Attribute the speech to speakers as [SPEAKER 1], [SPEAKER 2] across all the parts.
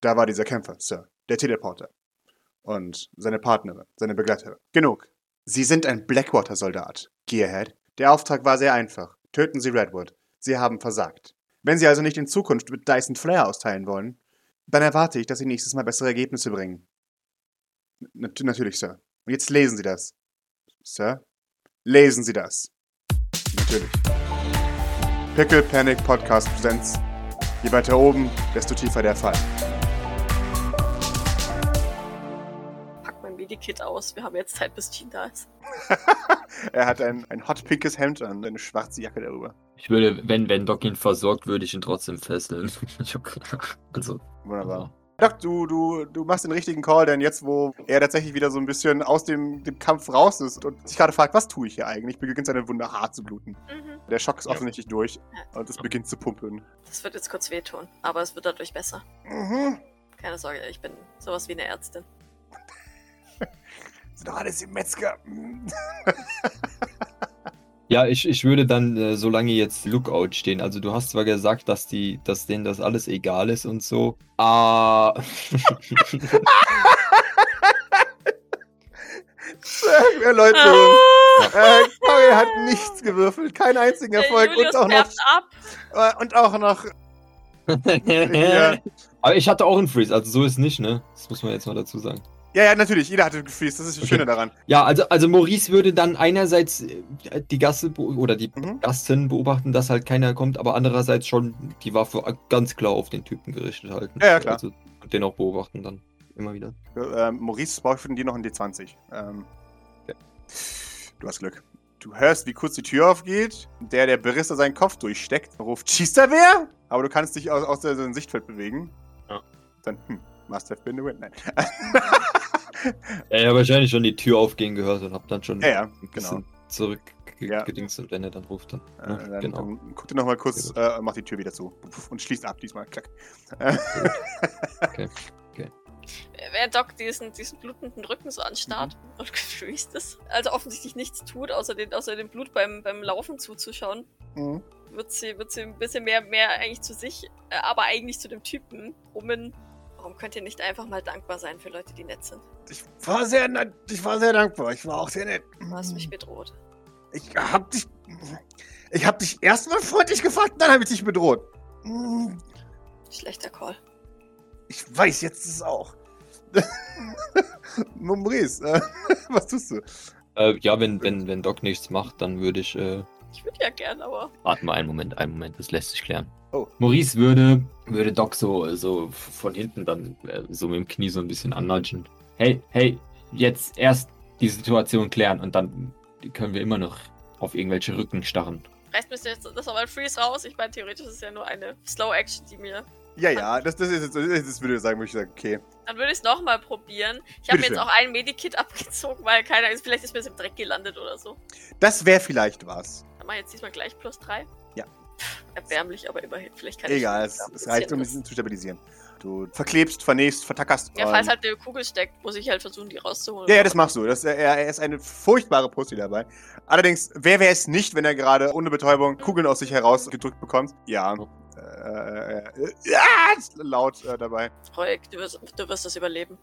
[SPEAKER 1] Da war dieser Kämpfer, Sir, der Teleporter. Und seine Partnerin, seine Begleiterin. Genug. Sie sind ein Blackwater-Soldat, Gearhead. Der Auftrag war sehr einfach. Töten Sie Redwood. Sie haben versagt. Wenn Sie also nicht in Zukunft mit Dyson Flair austeilen wollen, dann erwarte ich, dass Sie nächstes Mal bessere Ergebnisse bringen. Nat natürlich, Sir. Und jetzt lesen Sie das. Sir? Lesen Sie das. Natürlich. Pickle Panic Podcast Präsenz. Je weiter oben, desto tiefer der Fall.
[SPEAKER 2] Pack mein Medikit aus, wir haben jetzt Zeit, bis Jean da ist.
[SPEAKER 1] er hat ein, ein hot pinkes Hemd an, eine schwarze Jacke darüber.
[SPEAKER 3] Ich würde, wenn, wenn Doc ihn versorgt, würde ich ihn trotzdem fesseln. Ich hab- also,
[SPEAKER 1] Wunderbar. Doc, du, du, du machst den richtigen Call, denn jetzt, wo er tatsächlich wieder so ein bisschen aus dem, dem Kampf raus ist und sich gerade fragt, was tue ich hier eigentlich, beginnt seine Wunde hart zu bluten.
[SPEAKER 2] Mhm.
[SPEAKER 1] Der Schock ist
[SPEAKER 4] Ja.
[SPEAKER 1] offensichtlich durch und es beginnt zu pumpen.
[SPEAKER 2] Das wird jetzt kurz wehtun, aber es wird dadurch besser.
[SPEAKER 1] Mhm.
[SPEAKER 2] Keine Sorge, ich bin sowas wie eine Ärztin.
[SPEAKER 1] Sind doch alles die Metzger.
[SPEAKER 3] Ja, ich, ich würde dann äh, so lange jetzt Lookout stehen. Also du hast zwar gesagt, dass die, dass denen das alles egal ist und so. Ah.
[SPEAKER 1] Erläuterung.
[SPEAKER 2] Ah!
[SPEAKER 1] Äh, Corey hat nichts gewürfelt, keinen einzigen Erfolg und auch, noch,
[SPEAKER 2] färbt ab.
[SPEAKER 1] äh, und auch noch. Ja.
[SPEAKER 3] Aber ich hatte auch einen Freeze, also so ist nicht, ne? Das muss man jetzt mal dazu sagen.
[SPEAKER 1] Ja, ja, natürlich, jeder hatte gefriest, das ist das
[SPEAKER 3] Okay.
[SPEAKER 1] Schöne daran.
[SPEAKER 3] Ja, also, also Maurice würde dann einerseits äh, die Gasse beo- oder die
[SPEAKER 1] Mhm.
[SPEAKER 3] Gassen beobachten, dass halt keiner kommt, aber andererseits schon die Waffe ganz klar auf den Typen gerichtet halten.
[SPEAKER 1] Ja, ja, klar.
[SPEAKER 3] Also, und den auch beobachten dann immer wieder.
[SPEAKER 1] Ähm, Maurice braucht von dir noch einen D20. Ähm,
[SPEAKER 3] Okay.
[SPEAKER 1] Du hast Glück. Du hörst, wie kurz die Tür aufgeht, der der Barista seinen Kopf durchsteckt, ruft, schießt da wer? Aber du kannst dich aus, aus deinem Sichtfeld bewegen.
[SPEAKER 4] Ja.
[SPEAKER 1] Dann, hm, must have been the wind. Nein.
[SPEAKER 3] Ja, ich habe wahrscheinlich schon die Tür aufgehen gehört und habe dann schon
[SPEAKER 1] ja, ja,
[SPEAKER 3] ein
[SPEAKER 1] genau.
[SPEAKER 3] bisschen zurück
[SPEAKER 1] Ja.
[SPEAKER 3] gedingst und wenn er dann ruft, dann.
[SPEAKER 1] Äh,
[SPEAKER 3] ne?
[SPEAKER 1] dann,
[SPEAKER 3] genau.
[SPEAKER 1] dann guckt ihr nochmal kurz, äh, macht die Tür wieder zu und schließt ab diesmal. Klack.
[SPEAKER 2] Wer Doc diesen, diesen blutenden Rücken so anstarrt
[SPEAKER 1] Mhm.
[SPEAKER 2] und gefreest ist, also offensichtlich nichts tut, außer, den, außer dem Blut beim, beim Laufen zuzuschauen,
[SPEAKER 1] Mhm.
[SPEAKER 2] wird sie, wird sie ein bisschen mehr, mehr eigentlich zu sich, äh, aber eigentlich zu dem Typen rummen. Warum könnt ihr nicht einfach mal dankbar sein für Leute, die nett sind?
[SPEAKER 1] Ich war sehr, na- ich war sehr dankbar. Ich war auch sehr nett. Mhm.
[SPEAKER 2] Du hast mich bedroht.
[SPEAKER 1] Ich hab dich. Ich hab dich erstmal freundlich gefragt, dann habe ich dich bedroht. Mhm.
[SPEAKER 2] Schlechter Call.
[SPEAKER 1] Ich weiß jetzt ist es auch. Maurice, äh, was tust du?
[SPEAKER 3] Äh, ja, wenn, wenn, wenn Doc nichts macht, dann würde ich. Äh,
[SPEAKER 2] Ich würde ja gern, aber.
[SPEAKER 3] warte mal einen Moment, einen Moment, das lässt sich klären.
[SPEAKER 1] Oh.
[SPEAKER 3] Maurice würde, würde Doc so, so von hinten dann äh, so mit dem Knie so ein bisschen anlatschen. Hey, hey, jetzt erst die Situation klären und dann können wir immer noch auf irgendwelche Rücken starren.
[SPEAKER 2] Reißt mir jetzt das nochmal Freeze raus. Ich meine, theoretisch ist es ja nur eine Slow Action, die mir.
[SPEAKER 1] Ja, ja, das, das ist jetzt, das ist jetzt, würde ich sagen, würde ich sagen, okay.
[SPEAKER 2] Dann würde ich es nochmal probieren. Ich habe mir
[SPEAKER 1] Bitteschön.
[SPEAKER 2] jetzt auch ein Medikit abgezogen, weil keiner ist. Vielleicht ist mir es im Dreck gelandet oder so.
[SPEAKER 1] Das wäre vielleicht was.
[SPEAKER 2] Dann mach ich jetzt diesmal gleich plus drei.
[SPEAKER 1] Ja.
[SPEAKER 2] Pff, Erbärmlich, aber immerhin. Vielleicht kann
[SPEAKER 1] Egal,
[SPEAKER 2] ich.
[SPEAKER 1] es,
[SPEAKER 2] Ja,
[SPEAKER 1] es reicht, um
[SPEAKER 2] bisschen
[SPEAKER 1] dich zu stabilisieren. Du verklebst, vernähst, vertackerst.
[SPEAKER 2] Ja,
[SPEAKER 1] und-
[SPEAKER 2] falls halt eine Kugel steckt, muss ich halt versuchen, die rauszuholen.
[SPEAKER 1] ja, ja, das machst du. Das, er, er ist eine furchtbare Pussy dabei. Allerdings, wer wäre es nicht, wenn er gerade ohne Betäubung Kugeln aus sich herausgedrückt bekommt? Ja.
[SPEAKER 2] Oh.
[SPEAKER 1] Äh, äh, äh, ja, laut äh, dabei.
[SPEAKER 2] Projekt, du wirst, du wirst das überleben.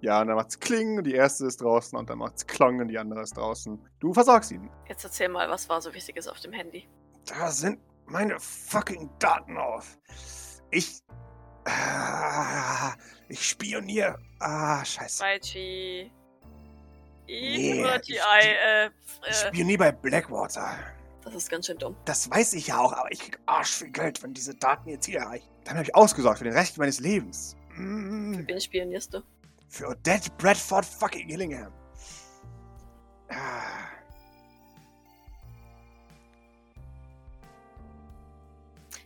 [SPEAKER 1] Ja, und dann macht's Kling und die erste ist draußen und dann macht's Klong und die andere ist draußen. Du versorgst ihn.
[SPEAKER 2] Jetzt erzähl mal, was war so Wichtiges auf dem Handy?
[SPEAKER 1] Da sind meine fucking Daten auf. Ich. Ah, ich spioniere. Ah, scheiße.
[SPEAKER 2] Bei G. I
[SPEAKER 1] Nee,
[SPEAKER 2] oder
[SPEAKER 1] ich-
[SPEAKER 2] GI? Äh,
[SPEAKER 1] Ich
[SPEAKER 2] äh,
[SPEAKER 1] spioniere bei Blackwater.
[SPEAKER 2] das ist ganz schön dumm.
[SPEAKER 1] Das weiß ich ja auch, aber ich krieg Arsch viel Geld, wenn diese Daten jetzt hier erreichen. Dann habe ich ausgesorgt für den Rest meines Lebens. Mm,
[SPEAKER 2] Wen spionierst du?
[SPEAKER 1] für Odette Bradford fucking Gillingham. Ah.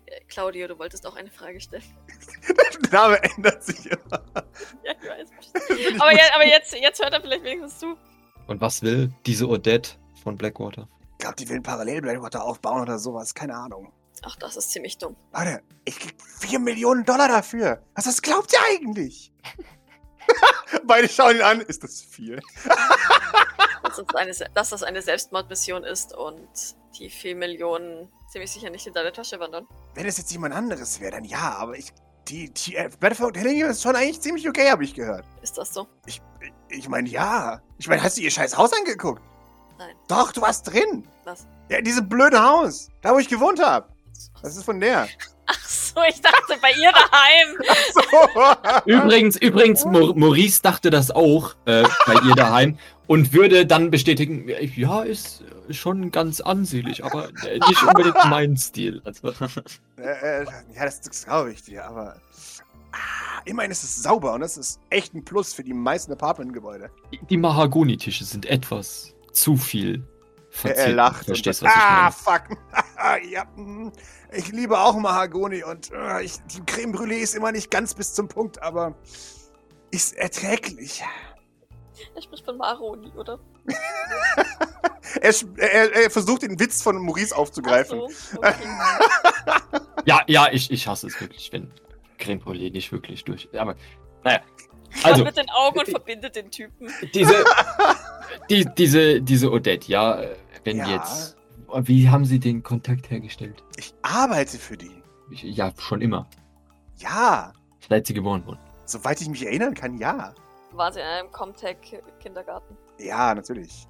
[SPEAKER 2] Äh, Claudio, du wolltest auch eine Frage stellen.
[SPEAKER 1] Der Name ändert sich immer.
[SPEAKER 2] ja, ich weiß. Aber, ja, aber jetzt, jetzt hört er vielleicht wenigstens zu.
[SPEAKER 3] Und was will diese Odette von Blackwater?
[SPEAKER 1] Ich glaube, die will parallel Blackwater aufbauen oder sowas. Keine Ahnung.
[SPEAKER 2] Ach, das ist ziemlich dumm.
[SPEAKER 1] Leute, ich krieg 4 Millionen Dollar dafür. Was, was glaubt ihr eigentlich? Beide schauen ihn an. Ist das viel?
[SPEAKER 2] Dass das eine, Se- dass das eine Selbstmordmission ist und die 4 Millionen ziemlich sicher nicht in deine Tasche wandern.
[SPEAKER 1] Wenn es jetzt jemand anderes wäre, dann ja, aber ich Die, die äh, Battlefield Hellenium ist schon eigentlich ziemlich okay, habe ich gehört.
[SPEAKER 2] Ist das so?
[SPEAKER 1] Ich, ich meine, ja. Ich meine, hast du ihr scheiß Haus angeguckt?
[SPEAKER 2] Nein.
[SPEAKER 1] Doch, du warst drin.
[SPEAKER 2] Was?
[SPEAKER 1] Ja, dieses blöde Haus. Da, wo ich gewohnt habe. Das ist von der.
[SPEAKER 2] Ach so, ich dachte bei ihr daheim.
[SPEAKER 1] So.
[SPEAKER 3] Übrigens, übrigens, Mo- Maurice dachte das auch äh, bei ihr daheim und würde dann bestätigen, ja, ist schon ganz ansehnlich, aber äh, nicht unbedingt mein Stil. Also,
[SPEAKER 1] Äh, äh, ja, das, das glaube ich dir, aber. Ah, immerhin ist es sauber und das ist echt ein Plus für die meisten Apartmentgebäude.
[SPEAKER 3] die Mahagonitische sind etwas zu viel
[SPEAKER 1] Er,
[SPEAKER 3] verziert.
[SPEAKER 1] er lacht. und
[SPEAKER 3] Verstehst, was
[SPEAKER 1] sagt,
[SPEAKER 3] ich
[SPEAKER 1] ah,
[SPEAKER 3] meine?
[SPEAKER 1] fuck. ja, mm, ich liebe auch Mahagoni und äh, ich, die Creme Brûlée ist immer nicht ganz bis zum Punkt, aber ist erträglich.
[SPEAKER 2] Er spricht von Maroni, oder?
[SPEAKER 1] Er, sch- er, er versucht den Witz von Maurice aufzugreifen.
[SPEAKER 2] Ach so, okay.
[SPEAKER 1] "Ah!"
[SPEAKER 3] Ja, ja, ich, ich hasse es wirklich, wenn Creme Brûlée nicht wirklich durch. Aber, naja. Also,
[SPEAKER 2] mit den Augen und verbindet den Typen.
[SPEAKER 3] diese, die, diese, diese Odette, ja, äh, wenn
[SPEAKER 1] Ja.
[SPEAKER 3] jetzt. Wie haben sie den Kontakt hergestellt?
[SPEAKER 1] Ich arbeite für die.
[SPEAKER 3] Ich, ja, schon immer.
[SPEAKER 1] Ja,
[SPEAKER 3] Seit sie geboren wurden.
[SPEAKER 1] soweit ich mich erinnern kann, ja.
[SPEAKER 2] War sie in einem Comtech-Kindergarten?
[SPEAKER 1] Ja, natürlich.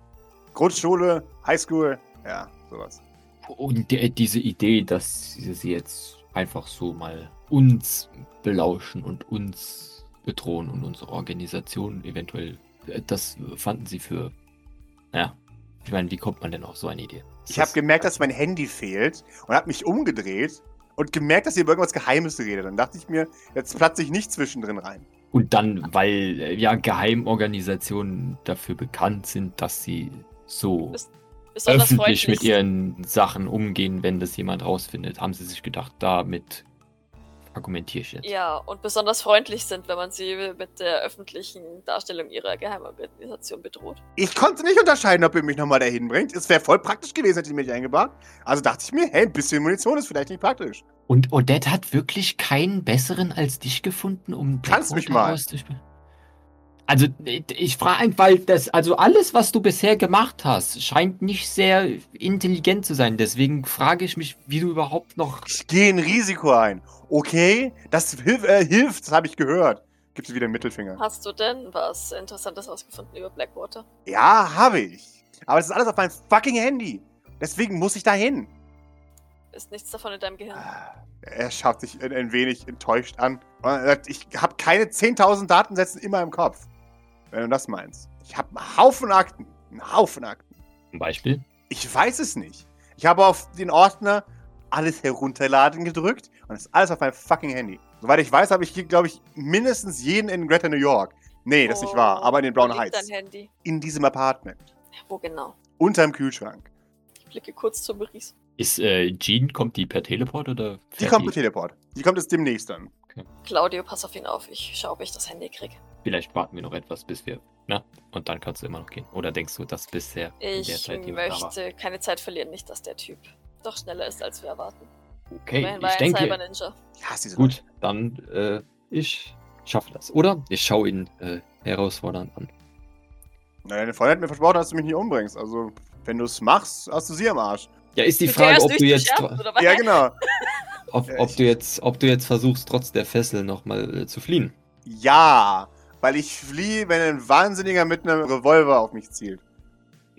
[SPEAKER 1] Grundschule, Highschool, ja, sowas.
[SPEAKER 3] Und der, diese Idee, dass sie sie jetzt einfach so mal uns belauschen und uns bedrohen und unsere Organisation eventuell, äh, das fanden sie für. Naja, ich meine, wie kommt man denn auf so eine Idee? Das
[SPEAKER 1] Ich habe
[SPEAKER 3] ist-
[SPEAKER 1] gemerkt, dass mein Handy fehlt und habe mich umgedreht und gemerkt, dass ihr über irgendwas Geheimes redet. Dann dachte ich mir, jetzt platze ich nicht zwischendrin rein.
[SPEAKER 3] Und dann, weil äh, ja Geheimorganisationen dafür bekannt sind, dass sie so
[SPEAKER 2] Ist Besonders
[SPEAKER 3] öffentlich
[SPEAKER 2] freundlich.
[SPEAKER 3] mit ihren Sachen umgehen, wenn das jemand rausfindet, haben sie sich gedacht, damit argumentiere ich jetzt.
[SPEAKER 2] Ja, und besonders freundlich sind, wenn man sie mit der öffentlichen Darstellung ihrer Geheimorganisation bedroht.
[SPEAKER 1] Ich konnte nicht unterscheiden, ob ihr mich nochmal dahin bringt. Es wäre voll praktisch gewesen, hättet ihr mich eingebracht. Also dachte ich mir, hey, ein bisschen Munition ist vielleicht nicht praktisch.
[SPEAKER 3] Und Odette hat wirklich keinen besseren als dich gefunden, um
[SPEAKER 1] Kannst mich
[SPEAKER 3] Blackwater
[SPEAKER 1] mal.
[SPEAKER 3] auszuspielen? Also ich frage, weil das also alles, was du bisher gemacht hast, scheint nicht sehr intelligent zu sein. Deswegen frage ich mich, wie du überhaupt noch.
[SPEAKER 1] Ich gehe ein Risiko ein. Okay, das hilf, äh, hilft, das habe ich gehört. Gibt es wieder einen Mittelfinger?
[SPEAKER 2] Hast du denn was Interessantes herausgefunden über Blackwater?
[SPEAKER 1] Ja, habe ich. Aber es ist alles auf meinem fucking Handy. Deswegen muss ich dahin.
[SPEAKER 2] Ist nichts davon in deinem
[SPEAKER 1] Ah,
[SPEAKER 2] Gehirn?
[SPEAKER 1] Er schaut sich ein, ein wenig enttäuscht an. Und er sagt, ich habe keine 10.000 Datensätze immer im Kopf. Wenn du das meinst. Ich habe einen Haufen Akten. Einen Haufen Akten.
[SPEAKER 3] Zum Beispiel?
[SPEAKER 1] Ich weiß es nicht. Ich habe auf den Ordner alles herunterladen gedrückt und es ist alles auf meinem fucking Handy. Soweit ich weiß, habe ich hier, glaube ich, mindestens jeden in Greta, New York. Nee, das ist nicht wahr,
[SPEAKER 2] Oh,
[SPEAKER 1] aber in den Brown
[SPEAKER 2] wo liegt
[SPEAKER 1] Heights.
[SPEAKER 2] dein Handy?
[SPEAKER 1] In diesem Apartment.
[SPEAKER 2] Wo genau?
[SPEAKER 1] Unterm Kühlschrank.
[SPEAKER 2] Ich blicke kurz zu Maurice.
[SPEAKER 3] Ist äh, Jean, kommt die per Teleport oder?
[SPEAKER 1] Die
[SPEAKER 3] fährt
[SPEAKER 1] kommt mit Teleport. Die kommt jetzt demnächst dann.
[SPEAKER 2] Claudio, pass auf ihn auf. Ich schaue, ob ich das Handy kriege.
[SPEAKER 3] Vielleicht warten wir noch etwas, bis wir. Na? Und dann kannst du immer noch gehen. Oder denkst du, dass bisher in der
[SPEAKER 2] Ich
[SPEAKER 3] Zeit jemand da war?
[SPEAKER 2] möchte keine Zeit verlieren, nicht, dass der Typ doch schneller ist, als wir erwarten.
[SPEAKER 3] Okay,
[SPEAKER 2] Immerhin war
[SPEAKER 3] ich
[SPEAKER 2] er ein Cyber
[SPEAKER 3] denke.
[SPEAKER 2] Ninja.
[SPEAKER 1] Ich hasse diese
[SPEAKER 3] Gut, dann äh, ich schaffe das, oder? Ich schaue ihn äh, herausfordernd an.
[SPEAKER 1] Na, deine Freundin hat mir versprochen, dass du mich nicht umbringst. Also, wenn du es machst, hast du sie am Arsch.
[SPEAKER 3] Ja, ist die
[SPEAKER 2] Mit der
[SPEAKER 3] Frage,
[SPEAKER 2] ist
[SPEAKER 3] ob du
[SPEAKER 2] durch die
[SPEAKER 3] jetzt,
[SPEAKER 2] Scherben, oder was?
[SPEAKER 1] Ja, genau.
[SPEAKER 3] ob,
[SPEAKER 1] Ja, ich-
[SPEAKER 3] ob du jetzt, ob du jetzt versuchst, trotz der Fessel nochmal äh, zu fliehen.
[SPEAKER 1] Ja, weil ich fliehe, wenn ein Wahnsinniger mit einem Revolver auf mich zielt.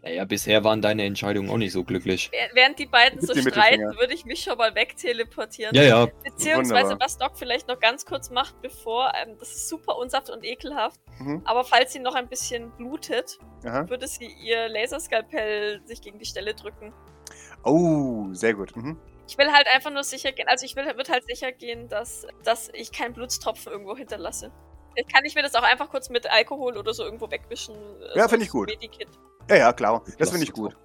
[SPEAKER 3] Naja, bisher waren deine Entscheidungen auch nicht so glücklich.
[SPEAKER 2] Wäh- Während die beiden
[SPEAKER 1] Gib
[SPEAKER 2] so
[SPEAKER 1] den
[SPEAKER 2] streiten,
[SPEAKER 1] Mittelfinger.
[SPEAKER 2] würde ich mich schon mal wegteleportieren.
[SPEAKER 3] Ja, ja.
[SPEAKER 2] Beziehungsweise,
[SPEAKER 1] Wunderbar.
[SPEAKER 2] was Doc vielleicht noch ganz kurz macht, bevor, ähm, das ist super unsaft und ekelhaft,
[SPEAKER 1] Mhm.
[SPEAKER 2] aber falls sie noch ein bisschen blutet,
[SPEAKER 1] Aha.
[SPEAKER 2] würde sie ihr Laserskalpell sich gegen die Stelle drücken.
[SPEAKER 1] Oh, sehr gut. Mhm.
[SPEAKER 2] Ich will halt einfach nur sicher gehen, also ich will, wird halt sicher gehen, dass, dass ich keinen Blutstropfen irgendwo hinterlasse. Jetzt kann ich mir das auch einfach kurz mit Alkohol oder so irgendwo wegwischen. äh,
[SPEAKER 1] Ja,
[SPEAKER 2] so
[SPEAKER 1] finde ich
[SPEAKER 2] als
[SPEAKER 1] gut.
[SPEAKER 2] Medikit.
[SPEAKER 1] Ja, ja, klar. Das
[SPEAKER 3] Pflaster
[SPEAKER 1] finde ich gut.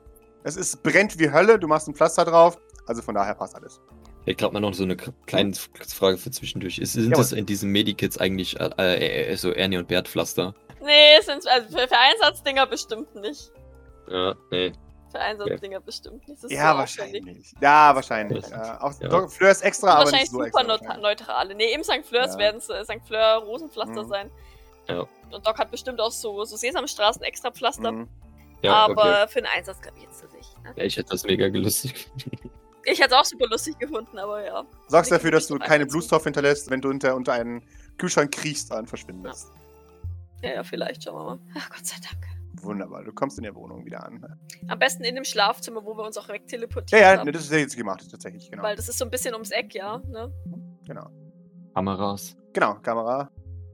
[SPEAKER 1] Es ist brennt wie Hölle, du machst ein Pflaster drauf. Also von daher passt alles.
[SPEAKER 3] Ich glaube mal noch so eine k- kleine F- Frage für zwischendurch. Ist, sind
[SPEAKER 1] Jawohl.
[SPEAKER 3] das in diesen Medikits eigentlich äh, äh, äh, so Ernie und Bert Pflaster?
[SPEAKER 2] Nee, sind's, also für, für Einsatzdinger bestimmt nicht.
[SPEAKER 3] Ja, nee.
[SPEAKER 2] Für Einsatzdinger bestimmt nicht. Das ist
[SPEAKER 1] Ja,
[SPEAKER 2] so aufwendig.
[SPEAKER 1] wahrscheinlich. Ja, wahrscheinlich.
[SPEAKER 3] Das-
[SPEAKER 1] Ja, auch
[SPEAKER 3] ja.
[SPEAKER 1] Doc Fleur ist extra, aber
[SPEAKER 2] wahrscheinlich
[SPEAKER 1] nicht so
[SPEAKER 2] super
[SPEAKER 1] extra.
[SPEAKER 2] neut-
[SPEAKER 1] wahrscheinlich.
[SPEAKER 2] neutrale. Nee, im St. Fleurs
[SPEAKER 1] Ja.
[SPEAKER 2] werden es äh, St. Fleur Rosenpflaster
[SPEAKER 1] Mhm.
[SPEAKER 2] sein.
[SPEAKER 3] Ja.
[SPEAKER 2] Und Doc hat bestimmt auch so, so Sesamstraßen extra Pflaster.
[SPEAKER 1] Mhm.
[SPEAKER 3] Ja,
[SPEAKER 2] aber
[SPEAKER 3] okay.
[SPEAKER 2] für den Einsatz glaube ich jetzt nicht. Ne?
[SPEAKER 3] Ja, ich hätte das mega gelustig.
[SPEAKER 2] Ich hätte es auch super lustig gefunden, aber ja.
[SPEAKER 1] Sorgst
[SPEAKER 2] Nee,
[SPEAKER 1] dafür, dass
[SPEAKER 2] ich
[SPEAKER 1] du
[SPEAKER 2] hab
[SPEAKER 1] keine
[SPEAKER 2] einfach zu.
[SPEAKER 1] Blutstoff hinterlässt, wenn du unter, unter einen Kühlschrank kriechst und verschwindest.
[SPEAKER 2] Ja, ja, vielleicht, schauen wir mal. Ach, Gott sei Dank.
[SPEAKER 1] Wunderbar, du kommst in der Wohnung wieder an.
[SPEAKER 2] Am besten in dem Schlafzimmer, wo wir uns auch wegteleportiert
[SPEAKER 1] Ja, ja,
[SPEAKER 2] haben.
[SPEAKER 1] ne, das ist ja jetzt gemacht, tatsächlich, genau.
[SPEAKER 2] Weil das ist so ein bisschen ums Eck, ja. Ne?
[SPEAKER 1] Genau,
[SPEAKER 3] Kameras.
[SPEAKER 1] genau Kamera,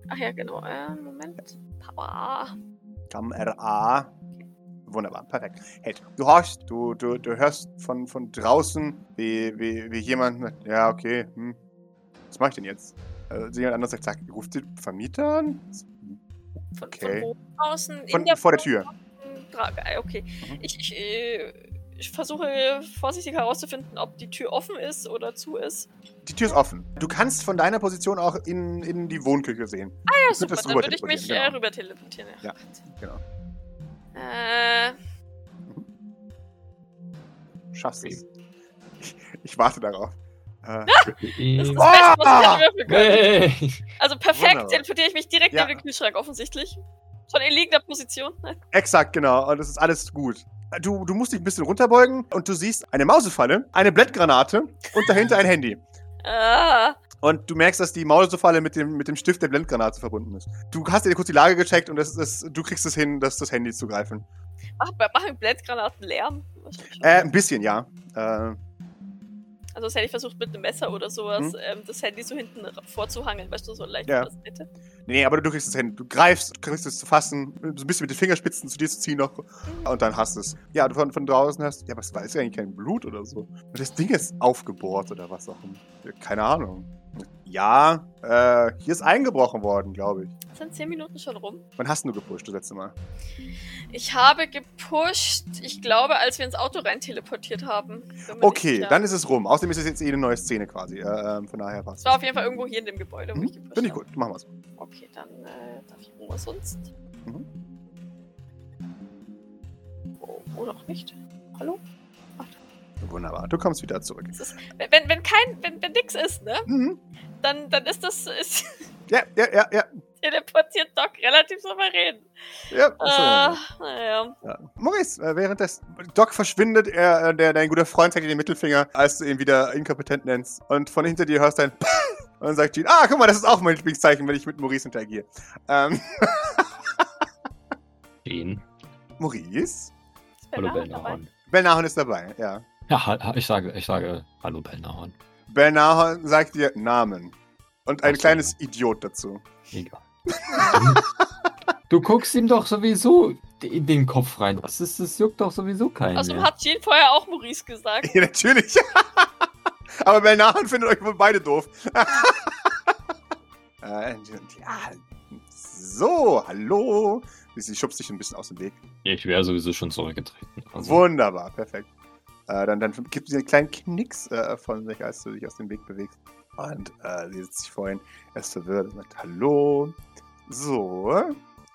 [SPEAKER 2] Ach ja, genau. Äh, Moment. Power.
[SPEAKER 1] Kamera. Wunderbar, perfekt. Hey, du horchst, du, du, du hörst von, von draußen, wie, wie, wie jemand, sagt, ja, okay, hm, was mach ich denn jetzt? Also, jemand anderes sagt, sagt, ruft den Vermieter an?
[SPEAKER 2] Von,
[SPEAKER 1] Okay.
[SPEAKER 2] von oben außen.
[SPEAKER 1] Von,
[SPEAKER 2] in der
[SPEAKER 1] vor der Tür. Mhm.
[SPEAKER 2] Frage. Ah, Okay. Ich, ich, äh, ich versuche vorsichtig herauszufinden, ob die Tür offen ist oder zu ist.
[SPEAKER 1] Die Tür ist offen. Du kannst von deiner Position auch in, in die Wohnküche sehen.
[SPEAKER 2] Ah ja,
[SPEAKER 1] Du
[SPEAKER 2] super.
[SPEAKER 1] könntest
[SPEAKER 2] Dann
[SPEAKER 1] rüber
[SPEAKER 2] würde ich mich
[SPEAKER 1] teleportieren,
[SPEAKER 2] äh,
[SPEAKER 1] genau.
[SPEAKER 2] rüber teleportieren.
[SPEAKER 1] Ja, genau.
[SPEAKER 2] Äh,
[SPEAKER 1] Schaffst es. Ich, ich warte darauf. Äh,
[SPEAKER 2] das ist
[SPEAKER 3] Hey.
[SPEAKER 2] das Beste, was ich würfeln kann.
[SPEAKER 3] Hey.
[SPEAKER 2] Also perfekt,
[SPEAKER 1] Wunderbar.
[SPEAKER 2] teleportiere ich mich direkt
[SPEAKER 1] Ja.
[SPEAKER 2] neben den Kühlschrank offensichtlich. Schon in liegender Position. Nein.
[SPEAKER 1] Exakt, genau. Und es ist alles gut. Du, du musst dich ein bisschen runterbeugen und du siehst eine Mausefalle, eine Blendgranate und dahinter ein Handy.
[SPEAKER 2] Ah,
[SPEAKER 1] Und du merkst, dass die Mausefalle mit dem, mit dem Stift der Blendgranate verbunden ist. Du hast dir kurz die Lage gecheckt und das ist, du kriegst es hin, das, das Handy zu greifen.
[SPEAKER 2] mach- machen Blendgranaten Lärm? Wahrscheinlich schon.
[SPEAKER 1] Äh, ein bisschen, ja. Äh,
[SPEAKER 2] Also das hätte ich versucht mit einem Messer oder sowas,
[SPEAKER 1] Hm?
[SPEAKER 2] ähm, das Handy so hinten ra- vorzuhangeln, weißt du, so leicht
[SPEAKER 1] Ja.
[SPEAKER 2] von der Seite.
[SPEAKER 1] nee, aber du kriegst es hin. Du greifst, kriegst es zu fassen, so ein bisschen mit den Fingerspitzen zu dir zu ziehen noch und dann hast du es. Ja, du von, von draußen hast, ja, was weiß ich eigentlich, kein Blut oder so. Und das Ding ist aufgebohrt oder was auch immer. Keine Ahnung. Ja, äh, hier ist eingebrochen worden, glaube ich.
[SPEAKER 2] Sind zehn Minuten schon rum.
[SPEAKER 1] Wann hast denn du gepusht das letzte Mal?
[SPEAKER 2] Ich habe gepusht, ich glaube, als wir ins Auto rein teleportiert haben. Bin mir nicht
[SPEAKER 1] Okay,
[SPEAKER 2] sicher.
[SPEAKER 1] dann ist es rum. Außerdem ist es jetzt eh eine neue Szene quasi. Äh, ähm, von daher
[SPEAKER 2] Es
[SPEAKER 1] passt.
[SPEAKER 2] war auf jeden Fall irgendwo hier in dem Gebäude, wo
[SPEAKER 1] Hm?
[SPEAKER 2] ich gepusht
[SPEAKER 1] Finde ich
[SPEAKER 2] habe.
[SPEAKER 1] gut, machen wir's.
[SPEAKER 2] Okay, dann äh, darf ich irgendwas sonst.
[SPEAKER 1] Mhm.
[SPEAKER 2] Oh, oder auch nicht. Hallo?
[SPEAKER 1] Wunderbar, du kommst wieder zurück.
[SPEAKER 2] Es ist, wenn, wenn, wenn kein, wenn, wenn nix ist, ne?
[SPEAKER 1] Mhm.
[SPEAKER 2] Dann, dann ist das, ist
[SPEAKER 1] Ja, ja, ja, ja.
[SPEAKER 2] teleportiert Doc relativ souverän.
[SPEAKER 1] ja.
[SPEAKER 2] Ah,
[SPEAKER 1] Ach
[SPEAKER 2] naja.
[SPEAKER 1] so, ja. Maurice, äh, währenddessen. Doc verschwindet, er, äh, der, dein guter Freund zeigt dir den Mittelfinger, als du ihn wieder inkompetent nennst. Und von hinter dir hörst du ein und dann sagt Jean, ah, guck mal, das ist auch mein Lieblingszeichen, wenn ich mit Maurice interagiere. Ähm,
[SPEAKER 3] Den.
[SPEAKER 1] Maurice?
[SPEAKER 2] Ist
[SPEAKER 3] Hallo
[SPEAKER 2] Bernard dabei?
[SPEAKER 3] Bellnahorn.
[SPEAKER 1] Belnahon ist dabei, ja.
[SPEAKER 3] Ja, ha- ha- ich sage, ich sage Hallo Bellnahorn.
[SPEAKER 1] Belnahon sagt dir Namen. Und ein
[SPEAKER 3] Ach so,
[SPEAKER 1] kleines Idiot dazu.
[SPEAKER 3] Egal. du guckst ihm doch sowieso in den Kopf rein. Das, ist, das juckt doch sowieso keinen.
[SPEAKER 2] Außerdem
[SPEAKER 3] mehr.
[SPEAKER 2] Also hat Jean vorher auch Maurice gesagt.
[SPEAKER 1] Ja, natürlich. Aber Bernard findet euch wohl beide doof. äh, ja, so, hallo. Sie schubst dich ein bisschen aus dem Weg.
[SPEAKER 3] Ich wäre sowieso schon zurückgetreten. Also,
[SPEAKER 1] Wunderbar, perfekt. Äh, dann, dann gibt sie einen kleinen Knicks äh, von sich, als du dich aus dem Weg bewegst. Und äh, sie sitzt sich vorhin erst verwirrt und sagt, hallo. So,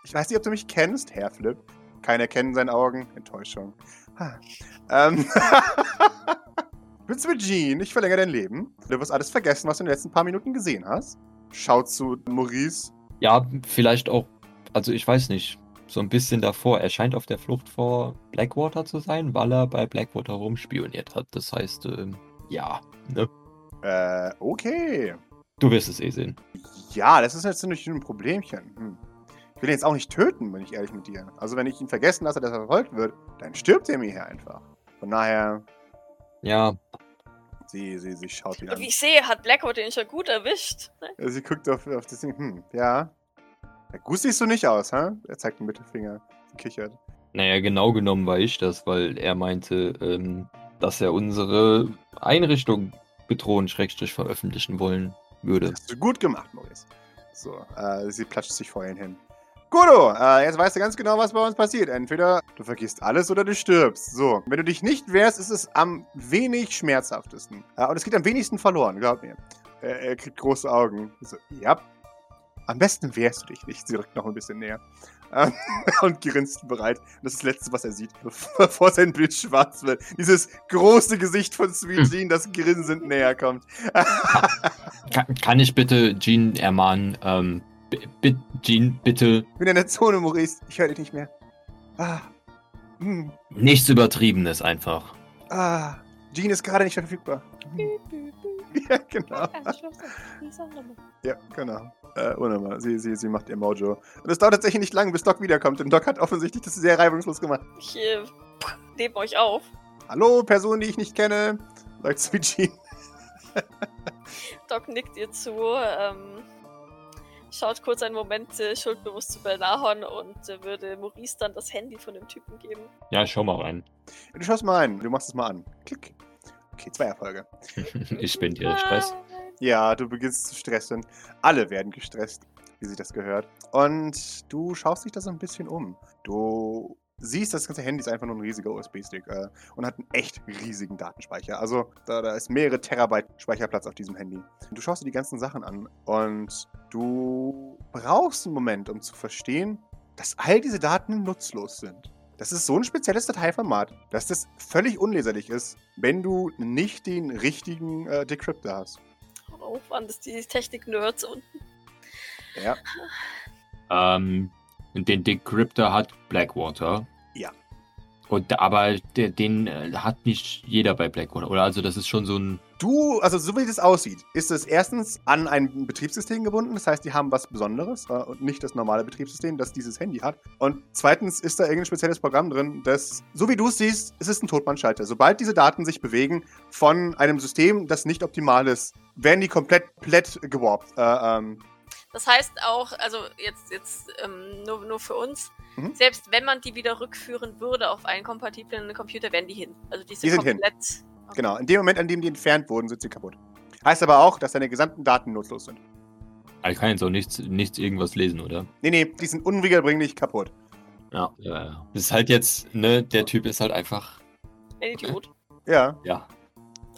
[SPEAKER 1] ich weiß nicht, ob du mich kennst, Herr Philipp. Keiner kennt seinen Augen. Enttäuschung. Ha. Ähm. Bist du mit Jean? Ich verlängere dein Leben. Du wirst alles vergessen, was du in den letzten paar Minuten gesehen hast. Schaut zu Maurice.
[SPEAKER 3] ja, vielleicht auch, also ich weiß nicht, so ein bisschen davor. Er scheint auf der Flucht vor Blackwater zu sein, weil er bei Blackwater rumspioniert hat. Das heißt, ähm, ja, ne?
[SPEAKER 1] Äh, okay.
[SPEAKER 3] du wirst es eh sehen.
[SPEAKER 1] Ja, das ist jetzt natürlich ein Problemchen. Hm. Ich will ihn jetzt auch nicht töten, bin ich ehrlich mit dir. Also wenn ich ihn vergessen lasse, dass er verfolgt wird, dann stirbt er mir hier einfach. Von daher,
[SPEAKER 3] Ja,
[SPEAKER 1] sie, sie, sie schaut ihn
[SPEAKER 2] Und wie
[SPEAKER 1] an.
[SPEAKER 2] ich sehe, hat Blackwood den schon gut erwischt.
[SPEAKER 1] Sie guckt auf, auf das Ding. Hm, ja. ja. Gut siehst du nicht aus, hä? Er zeigt den Mittelfinger. Sie kichert.
[SPEAKER 3] naja, genau genommen war ich das, weil er meinte, ähm, dass er unsere Einrichtung bedrohen, Schrägstrich veröffentlichen wollen würde.
[SPEAKER 1] Das hast du gut gemacht, Maurice. So, äh, sie platscht sich vor ihn hin. Gudo, äh, jetzt weißt du ganz genau, was bei uns passiert. Entweder du vergisst alles oder du stirbst. So, wenn du dich nicht wehrst, ist es am wenig schmerzhaftesten. Äh, und es geht am wenigsten verloren, glaub mir. Äh, er kriegt große Augen. So, ja. Am besten wehrst du dich nicht. Sie rückt noch ein bisschen näher. Ähm, und grinst bereit. Das ist das Letzte, was er sieht, bevor sein Bild schwarz wird. Dieses große Gesicht von Sweet Jean, das grinsend näher kommt.
[SPEAKER 3] Kann, kann ich bitte Jean ermahnen? Ähm, bi- bi- Jean, bitte
[SPEAKER 1] Ich bin in der Zone, Maurice. Ich höre dich nicht mehr. Ah. Hm.
[SPEAKER 3] nichts Übertriebenes einfach.
[SPEAKER 1] Ah. Jean ist gerade nicht verfügbar. ja, genau. Ja, genau. Äh, wunderbar. Sie, sie, sie macht ihr Mojo. Und es dauert tatsächlich nicht lange, bis Doc wiederkommt. Denn Doc hat offensichtlich das sehr reibungslos gemacht.
[SPEAKER 2] Ich äh, pff, nehme euch auf.
[SPEAKER 1] Hallo, Person, die ich nicht kenne. Sagt zu Jean.
[SPEAKER 2] Doc nickt ihr zu, ähm, schaut kurz einen Moment äh, schuldbewusst zu Belahorn und äh, würde Maurice dann das Handy von dem Typen geben.
[SPEAKER 3] Ja, schau mal rein.
[SPEAKER 1] Du schaust mal rein. Du machst es mal an. Klick. Okay, zwei Erfolge.
[SPEAKER 3] Ich bin hier Stress.
[SPEAKER 1] Ja, du beginnst zu stressen. Alle werden gestresst, wie sich das gehört. Und du schaust dich da so ein bisschen um. Du siehst, das ganze Handy ist einfach nur ein riesiger USB-Stick äh, und hat einen echt riesigen Datenspeicher. Also da, da ist mehrere Terabyte Speicherplatz auf diesem Handy. Du schaust dir die ganzen Sachen an und du brauchst einen Moment, um zu verstehen, dass all diese Daten nutzlos sind. Das ist so ein spezielles Dateiformat, dass das völlig unleserlich ist, wenn du nicht den richtigen äh, Decryptor hast.
[SPEAKER 2] Oh, waren das die Technik-Nerds unten?
[SPEAKER 1] Ja.
[SPEAKER 3] Ähm, und den Decryptor hat Blackwater.
[SPEAKER 1] Ja.
[SPEAKER 3] Und, aber der, den äh, hat nicht jeder bei Blackwater. Oder also das ist schon so ein...
[SPEAKER 1] Du, also so wie das aussieht, ist es erstens an ein Betriebssystem gebunden. Das heißt, die haben was Besonderes äh, und nicht das normale Betriebssystem, das dieses Handy hat. Und zweitens ist da irgendein spezielles Programm drin, das, so wie du es siehst, es ist ein Totmannschalter. Sobald diese Daten sich bewegen von einem System, das nicht optimal ist, werden die komplett plett gewarpt. Äh, ähm,
[SPEAKER 2] Das heißt auch, also jetzt, jetzt ähm, nur, nur für uns,
[SPEAKER 1] Mhm.
[SPEAKER 2] selbst wenn man die wieder rückführen würde auf einen kompatiblen Computer, wären die hin. Also die sind,
[SPEAKER 1] Die sind hin.
[SPEAKER 2] komplett.
[SPEAKER 1] genau, in dem Moment, an dem die entfernt wurden, sind sie kaputt. Heißt aber auch, dass deine gesamten Daten nutzlos sind.
[SPEAKER 3] Also ich kann jetzt auch nichts, nichts irgendwas lesen, oder?
[SPEAKER 1] Nee, nee, die sind unwiederbringlich kaputt.
[SPEAKER 3] Ja. ja, ja. Das ist halt jetzt, ne, der Typ ist halt einfach,
[SPEAKER 2] Ein Idiot.
[SPEAKER 1] Ja.
[SPEAKER 3] ja.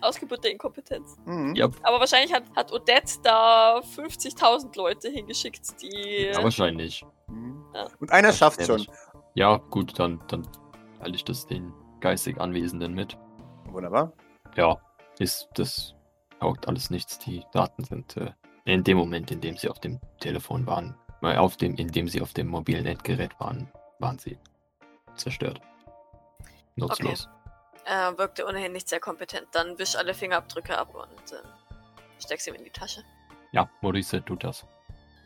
[SPEAKER 2] Ausgeburt der Inkompetenz.
[SPEAKER 1] Mhm.
[SPEAKER 3] Ja,
[SPEAKER 2] Aber wahrscheinlich hat, hat Odette da 50.000 Leute hingeschickt, die.
[SPEAKER 3] ja wahrscheinlich.
[SPEAKER 1] Mhm.
[SPEAKER 2] Ja.
[SPEAKER 1] Und einer schafft schon.
[SPEAKER 3] Nämlich. Ja, gut, dann, dann teile ich das den geistig Anwesenden mit.
[SPEAKER 1] Wunderbar.
[SPEAKER 3] Ja, ist das taugt alles nichts. Die Daten sind äh, in dem Moment, in dem sie auf dem Telefon waren, äh, auf dem, in dem sie auf dem mobilen Endgerät waren, waren sie zerstört. Nutzlos.
[SPEAKER 2] Äh, wirkte ohnehin nicht sehr kompetent. Dann wisch alle Fingerabdrücke ab und äh, steck sie ihm in die Tasche.
[SPEAKER 3] Ja, Maurice tut das.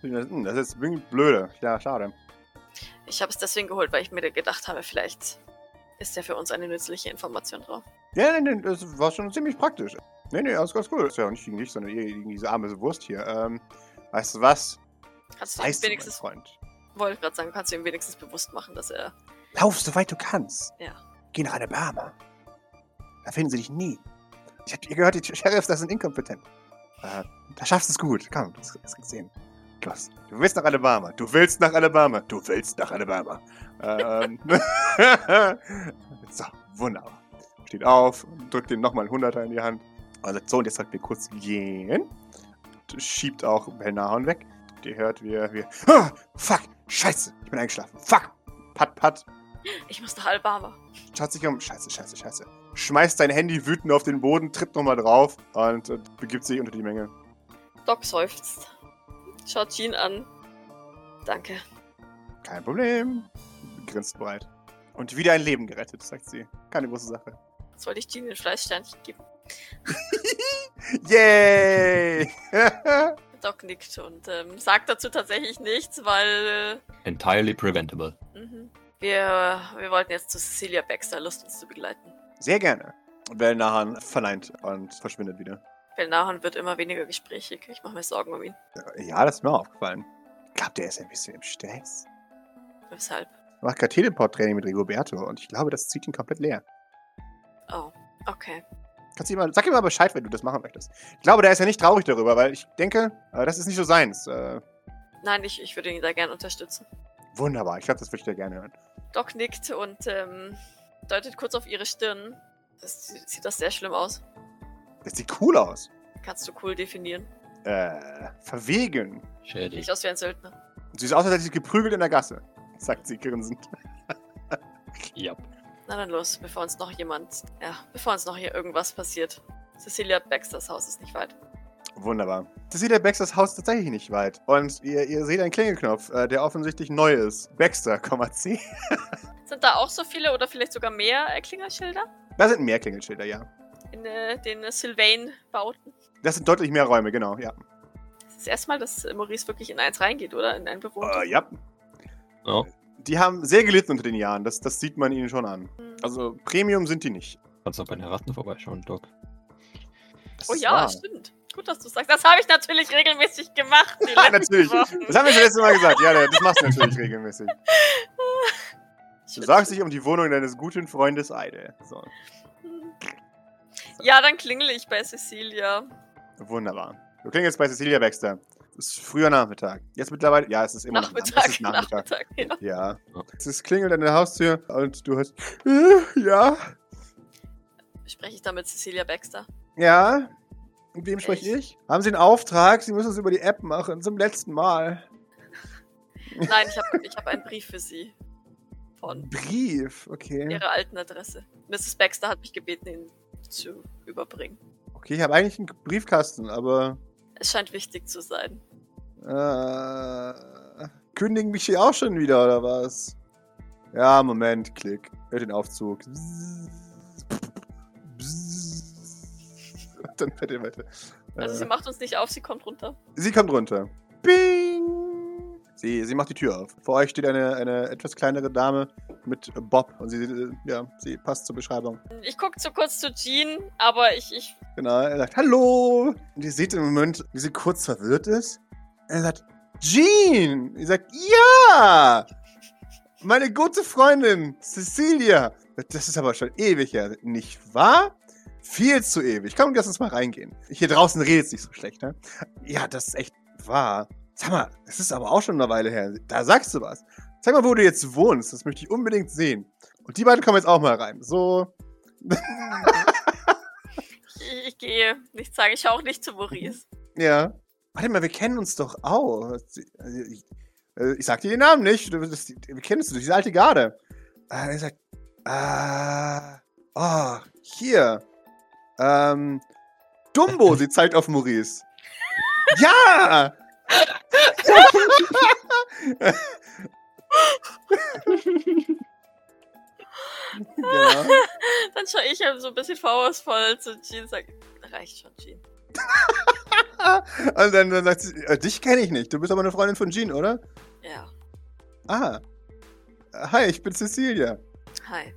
[SPEAKER 1] Hm, Das ist wirklich blöde. Ja, schade.
[SPEAKER 2] Ich habe es deswegen geholt, weil ich mir gedacht habe, vielleicht ist ja für uns eine nützliche Information drauf.
[SPEAKER 1] Ja, nee, nee, das war schon ziemlich praktisch. Nee, nee, alles ganz cool. Ist ja auch nicht gegen dich, sondern eher gegen diese arme Wurst hier. Ähm, weißt du was?
[SPEAKER 2] Kannst du ihm
[SPEAKER 1] Weißt du, mein
[SPEAKER 2] wenigstens,
[SPEAKER 1] Freund.
[SPEAKER 2] wollte gerade sagen, kannst du ihm wenigstens bewusst machen, dass er.
[SPEAKER 1] Lauf, soweit du kannst.
[SPEAKER 2] Ja.
[SPEAKER 1] Geh nach einer Bahama. Da finden sie dich nie. Ich hab ihr gehört, die Sheriffs, das sind inkompetent. Äh, da schaffst du es gut. Komm, das, das kriegst du hin. Los. Du willst nach Alabama. Du willst nach Alabama. Du willst nach Alabama. Ähm, so, wunderbar. Steht auf, drückt ihm nochmal einen Hunderter in die Hand. Also, so, und jetzt sagt wir kurz gehen. Schiebt auch Belnahorn weg. Ihr hört, wir, wir. Ah, fuck, scheiße, ich bin eingeschlafen. Fuck. Pat, pat,
[SPEAKER 2] Ich muss nach Alabama.
[SPEAKER 1] schaut sich um. Scheiße, scheiße, scheiße. Schmeißt sein Handy wütend auf den Boden, tritt nochmal drauf und äh, begibt sich unter die Menge.
[SPEAKER 2] Doc seufzt. Schaut Jean an. Danke.
[SPEAKER 1] Kein Problem. Grinst breit. Und wieder ein Leben gerettet, sagt sie. Keine große Sache.
[SPEAKER 2] Soll ich Jean ein Fleischsternchen geben?
[SPEAKER 1] Yay!
[SPEAKER 2] Doc nickt und ähm, sagt dazu tatsächlich nichts, weil.
[SPEAKER 3] Entirely preventable.
[SPEAKER 2] Äh, mhm. wir, wir wollten jetzt zu Cecilia Baxter, Lust uns zu begleiten.
[SPEAKER 1] Sehr gerne. Und Belnahan verneint und verschwindet wieder.
[SPEAKER 2] Belnahon wird immer weniger gesprächig. Ich mache mir Sorgen um ihn.
[SPEAKER 1] Ja, das ist mir auch aufgefallen. Ich glaube, der ist ein bisschen im Stress.
[SPEAKER 2] Weshalb?
[SPEAKER 1] Er macht gerade Teleport-Training mit Rigoberto und ich glaube, das zieht ihn komplett leer.
[SPEAKER 2] Oh, okay.
[SPEAKER 1] Kannst du ihm mal, sag ihm mal Bescheid, wenn du das machen möchtest. Ich glaube, der ist ja nicht traurig darüber, weil ich denke, äh, das ist nicht so seins. Äh,
[SPEAKER 2] Nein, ich, ich würde ihn da gern unterstützen.
[SPEAKER 1] Wunderbar, ich glaube, das würde ich dir gerne hören.
[SPEAKER 2] Doc nickt und ähm, deutet kurz auf ihre Stirn. Das sieht sieht das sehr schlimm aus.
[SPEAKER 1] Das sieht cool aus.
[SPEAKER 2] Kannst du cool definieren.
[SPEAKER 1] Äh, verwegen.
[SPEAKER 3] Schädlich.
[SPEAKER 2] Sieht aus wie ein Söldner.
[SPEAKER 1] Sie ist aus, als hätte sie geprügelt in der Gasse, sagt sie grinsend.
[SPEAKER 3] Ja.
[SPEAKER 2] Na dann los, bevor uns noch jemand, ja, bevor uns noch hier irgendwas passiert. Cecilia Baxters Haus ist nicht weit.
[SPEAKER 1] Wunderbar. Das sieht der Baxters Haus tatsächlich nicht weit. Und ihr, ihr seht einen Klingelknopf, äh, der offensichtlich neu ist. Baxter, Komma C.
[SPEAKER 2] Sind da auch so viele oder vielleicht sogar mehr äh, Klingelschilder?
[SPEAKER 1] Da sind mehr Klingelschilder, ja.
[SPEAKER 2] in äh, den Sylvain bauten.
[SPEAKER 1] Das sind deutlich mehr Räume, genau, ja.
[SPEAKER 2] Das ist erstmal, dass äh, Maurice wirklich in eins reingeht, oder? In ein Büro.
[SPEAKER 1] Äh, ja.
[SPEAKER 3] Ja.
[SPEAKER 1] Die haben sehr gelitten unter den Jahren, das, das sieht man ihnen schon an.
[SPEAKER 2] Hm.
[SPEAKER 1] Also Premium sind die nicht.
[SPEAKER 3] Kannst auch bei den Ratten vorbeischauen, Doc.
[SPEAKER 1] Das
[SPEAKER 2] oh
[SPEAKER 1] ist
[SPEAKER 2] ja,
[SPEAKER 1] wahr.
[SPEAKER 2] stimmt. Gut, dass du sagst. Das habe ich natürlich regelmäßig gemacht. Die
[SPEAKER 1] Ja,
[SPEAKER 2] letzten
[SPEAKER 1] natürlich.
[SPEAKER 2] Wochen.
[SPEAKER 1] Das haben wir schon letztes Mal gesagt. Ja, das machst du natürlich regelmäßig. Du
[SPEAKER 2] Schön.
[SPEAKER 1] sagst dich um die Wohnung deines guten Freundes Eide. So,
[SPEAKER 2] Ja, dann klingel ich bei Cecilia.
[SPEAKER 1] wunderbar. Du klingelst bei Cecilia Baxter. Es ist früher Nachmittag. Jetzt mittlerweile. Ja, es ist immer noch
[SPEAKER 2] Nachmittag,
[SPEAKER 1] Es ist Nachmittag.
[SPEAKER 2] Nachmittag. Ja.
[SPEAKER 1] Ja.
[SPEAKER 3] Ja.
[SPEAKER 1] Es klingelt an der Haustür und du hörst. "Äh, Ja.
[SPEAKER 2] Spreche ich da mit Cecilia Baxter?
[SPEAKER 1] Ja. Mit wem spreche ich? Haben Sie einen Auftrag? Sie müssen es über die App machen. Zum letzten Mal.
[SPEAKER 2] Nein, ich habe ich hab einen Brief für Sie. Von
[SPEAKER 1] Brief. Okay.
[SPEAKER 2] Ihrer alten Adresse. Mrs. Baxter hat mich gebeten, ihn zu überbringen.
[SPEAKER 1] Okay, ich habe eigentlich einen Briefkasten, aber.
[SPEAKER 2] Es scheint wichtig zu sein.
[SPEAKER 1] Äh, kündigen mich hier auch schon wieder, oder was? Ja, Moment, klick. Hört den Aufzug. Dann fährt ihr weiter.
[SPEAKER 2] Also sie
[SPEAKER 1] Äh,
[SPEAKER 2] macht uns nicht auf, sie kommt runter.
[SPEAKER 1] sie kommt runter. Bing! Sie, sie macht die Tür auf. Vor euch steht eine, eine etwas kleinere Dame mit Bob. Und sie, äh, ja, sie passt zur Beschreibung.
[SPEAKER 2] Ich gucke zu kurz zu Jean, aber ich, ich
[SPEAKER 1] Genau, er sagt Hallo. Und ihr seht im Moment, wie sie kurz verwirrt ist. Er sagt Jean. Ihr sagt Ja. Meine gute Freundin Cecilia. Das ist aber schon ewig her, nicht wahr? Viel zu ewig. Komm, lass uns mal reingehen. Hier draußen redet nicht so schlecht, ne? Ja, das ist echt wahr. Sag mal, es ist aber auch schon eine Weile her. Da sagst du was. Sag mal, wo du jetzt wohnst. Das möchte ich unbedingt sehen. Und die beiden kommen jetzt auch mal rein. So,
[SPEAKER 2] Ich, ich gehe nicht sagen, ich schaue auch nicht zu Maurice.
[SPEAKER 1] Ja. Warte mal, wir kennen uns doch auch. Also, Ich, äh, ich sag dir den Namen nicht. Du, das, wir kennen uns, diese alte Garde. Äh, er sagt, ah, oh, hier. Ähm, Dumbo, sie zeigt auf Maurice. Ja! Genau. ja.
[SPEAKER 2] Dann schaue ich ihm so ein bisschen vorwurfsvoll zu Jean und sage, reicht schon, Jean.
[SPEAKER 1] Und dann, dann sagt sie, äh, dich kenne ich nicht. Du bist aber eine Freundin von Jean, oder?
[SPEAKER 2] Ja,
[SPEAKER 1] Ah. Hi, ich bin Cecilia.
[SPEAKER 2] hi.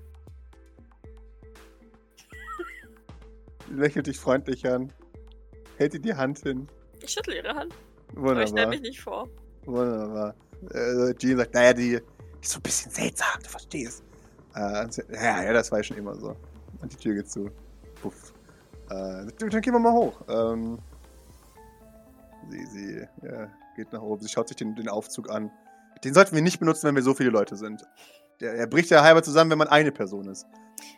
[SPEAKER 1] Sie lächelt dich freundlich an. Hält dir die Hand hin.
[SPEAKER 2] Ich schüttle ihre Hand, aber ich stelle
[SPEAKER 1] Wunderbar.
[SPEAKER 2] mich nicht vor.
[SPEAKER 1] Wunderbar. Äh, Jean sagt, naja, die ist so ein bisschen seltsam, du verstehst. Äh, und sie, ja, ja, das war ja schon immer so. Und die Tür geht zu. Puff. Äh, dann gehen wir mal hoch. Ähm, sie sie ja, geht nach oben. Sie schaut sich den, den Aufzug an. Den sollten wir nicht benutzen, wenn wir so viele Leute sind. Der, er bricht ja halber zusammen, wenn man eine Person ist.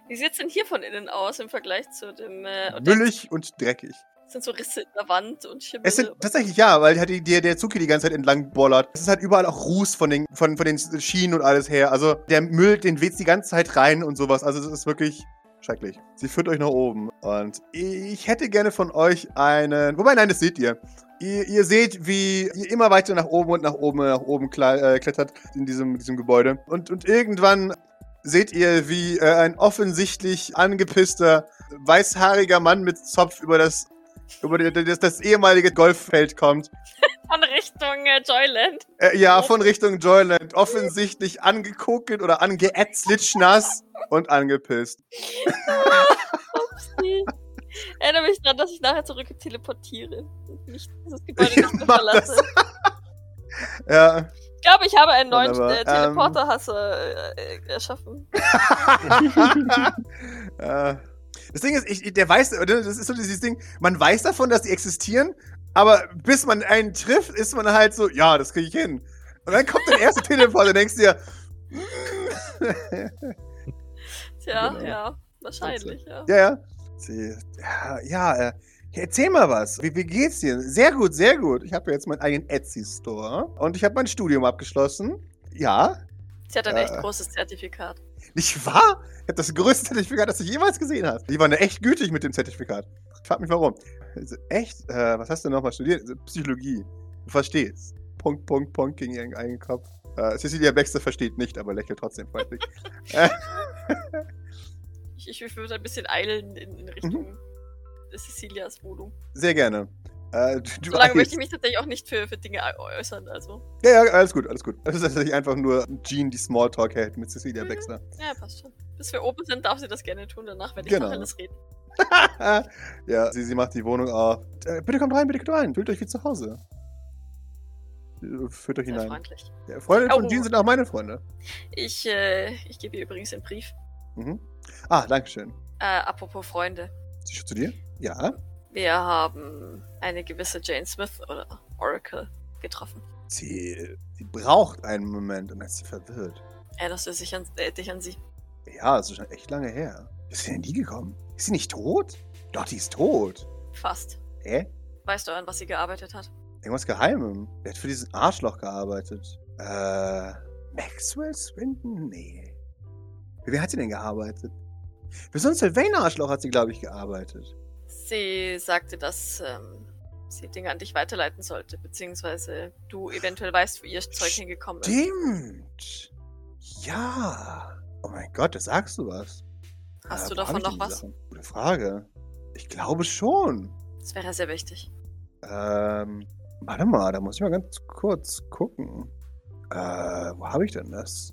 [SPEAKER 2] Wie sieht's denn hier von innen aus im Vergleich zu dem... Äh, und
[SPEAKER 1] Müllig und dreckig.
[SPEAKER 2] da sind so Risse in der Wand und Schimmel.
[SPEAKER 1] Es sind tatsächlich ja, weil halt die, der, der Zug hier die ganze Zeit entlang bollert. Es ist halt überall auch Ruß von den, von, von den Schienen und alles her. Also der Müll, den weht's die ganze Zeit rein und sowas. Also es ist wirklich schrecklich. Sie führt euch nach oben. Und ich hätte gerne von euch einen. Wobei, nein, das seht ihr. Ihr, ihr seht, wie ihr immer weiter nach oben und nach oben, nach oben kle äh, klettert in diesem, diesem Gebäude. Und, und irgendwann seht ihr, wie äh, ein offensichtlich angepisster, weißhaariger Mann mit Zopf über das über die- das, das ehemalige Golffeld kommt.
[SPEAKER 2] Von Richtung äh, Joyland.
[SPEAKER 1] Äh, ja, von Richtung Joyland. Offensichtlich angekokelt oder angeätzlitschnass und angepisst.
[SPEAKER 2] Upsi. Erinnere mich daran, dass ich nachher zurück teleportiere und nicht dieses Gebäude nicht mehr
[SPEAKER 1] mach
[SPEAKER 2] verlasse.
[SPEAKER 1] Ja.
[SPEAKER 2] Ich glaube, ich habe einen neuen
[SPEAKER 1] Wunderbar. Ähm.
[SPEAKER 2] äh, Teleporterhasser äh, äh, erschaffen.
[SPEAKER 1] äh, das Ding ist, ich, der weiß, oder? das ist so dieses Ding, man weiß davon, dass die existieren, aber bis man einen trifft, ist man halt so, ja, das kriege ich hin. Und dann kommt der erste Teleporter und denkst dir,
[SPEAKER 2] Tja,
[SPEAKER 1] Genau.
[SPEAKER 2] ja, wahrscheinlich, ja.
[SPEAKER 1] Ja, ja. Sie, ja, ja äh, ja, erzähl mal was. Wie, wie geht's dir? Sehr gut, sehr gut. Ich habe ja jetzt meinen eigenen Etsy-Store und ich habe mein Studium abgeschlossen. Ja,
[SPEAKER 2] Sie hat ein
[SPEAKER 1] Ja.
[SPEAKER 2] echt großes Zertifikat.
[SPEAKER 1] nicht wahr? Ich habe das größte Zertifikat, das du jemals gesehen hast. Die waren ja echt gütig mit dem Zertifikat. Ich frag mich warum. Also, echt? Äh, was hast du nochmal studiert? Also, Psychologie. Du verstehst. Punkt, Punkt, Punkt gegen ihren eigenen Kopf. Äh, Cecilia Baxter versteht nicht, aber lächelt trotzdem freundlich. Mhm.
[SPEAKER 2] Ich, ich würde ein bisschen eilen in, in Richtung Cecilias Wohnung.
[SPEAKER 1] Sehr gerne. Äh, du du
[SPEAKER 2] Solange möchte
[SPEAKER 1] eilst.
[SPEAKER 2] ich mich tatsächlich auch nicht für, für Dinge äu- äußern. Also,
[SPEAKER 1] Ja, ja, alles gut, alles gut. Das ist tatsächlich einfach nur Jean, die Smalltalk hält mit Cecilia
[SPEAKER 2] Mhm.
[SPEAKER 1] Baxter.
[SPEAKER 2] ja, passt schon. Bis wir oben sind, darf sie das gerne tun. Danach werde ich
[SPEAKER 1] Genau.
[SPEAKER 2] noch alles reden.
[SPEAKER 1] ja, sie, sie macht die Wohnung auf. Äh, bitte kommt rein, bitte kommt rein. Fühlt euch wie zu Hause. Äh, Führt euch
[SPEAKER 2] Sehr
[SPEAKER 1] hinein.
[SPEAKER 2] freundlich.
[SPEAKER 1] Ja, Freunde von
[SPEAKER 2] Oh.
[SPEAKER 1] Jean sind auch meine Freunde.
[SPEAKER 2] Ich, äh, ich gebe ihr übrigens den Brief.
[SPEAKER 1] Mhm. Ah, danke schön.
[SPEAKER 2] Äh, apropos Freunde.
[SPEAKER 1] Sie schaut zu dir? Ja.
[SPEAKER 2] Wir haben eine gewisse Jane Smith oder Oracle getroffen.
[SPEAKER 1] Sie, sie braucht einen Moment und dann ist sie verwirrt.
[SPEAKER 2] Erinnerst du dich an, äh, dich an sie?
[SPEAKER 1] Ja, es ist schon echt lange her. Wie ist sie denn die gekommen? Ist sie nicht tot? Doch, die ist tot.
[SPEAKER 2] Fast.
[SPEAKER 1] Hä?
[SPEAKER 2] Weißt du, an was sie gearbeitet hat?
[SPEAKER 1] Irgendwas Geheimem. Wer hat für diesen Arschloch gearbeitet? Äh, Maxwell Swinton? Nee. Für wen hat sie denn gearbeitet? Für so einen Sylvain-Arschloch hat sie, glaube ich, gearbeitet.
[SPEAKER 2] Sie sagte, dass ähm, sie Dinge an dich weiterleiten sollte, beziehungsweise du eventuell weißt, wo ihr Zeug hingekommen ist.
[SPEAKER 1] Stimmt. Ja. Oh mein Gott, da sagst du was.
[SPEAKER 2] Hast
[SPEAKER 1] Äh,
[SPEAKER 2] du
[SPEAKER 1] wo hab
[SPEAKER 2] davon
[SPEAKER 1] ich denn
[SPEAKER 2] noch
[SPEAKER 1] die
[SPEAKER 2] was?
[SPEAKER 1] Sachen? Gute Frage. Ich glaube schon.
[SPEAKER 2] Das wäre sehr wichtig.
[SPEAKER 1] Ähm, warte mal, da muss ich mal ganz kurz gucken. Äh, wo habe ich denn das?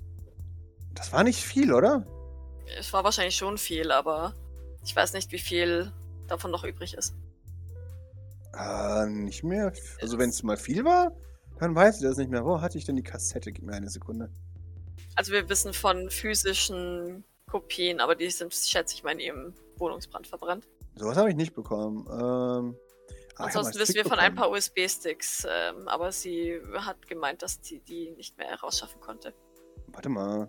[SPEAKER 1] Das war nicht viel, oder?
[SPEAKER 2] Es war wahrscheinlich schon viel, aber ich weiß nicht, wie viel davon noch übrig ist.
[SPEAKER 1] Äh, nicht mehr. Also wenn es mal viel war, dann weiß ich das nicht mehr. Wo hatte ich denn die Kassette? Gib mir eine Sekunde.
[SPEAKER 2] Also wir wissen von physischen Kopien, aber die sind, schätze ich mal, in ihrem Wohnungsbrand verbrannt.
[SPEAKER 1] Sowas habe ich nicht bekommen. Ähm, ah, ich hab mal einen
[SPEAKER 2] Ansonsten wissen
[SPEAKER 1] Stick
[SPEAKER 2] wir von ein
[SPEAKER 1] bekommen.
[SPEAKER 2] paar USB-Sticks, ähm, aber sie hat gemeint, dass sie die nicht mehr herausschaffen konnte.
[SPEAKER 1] Warte mal.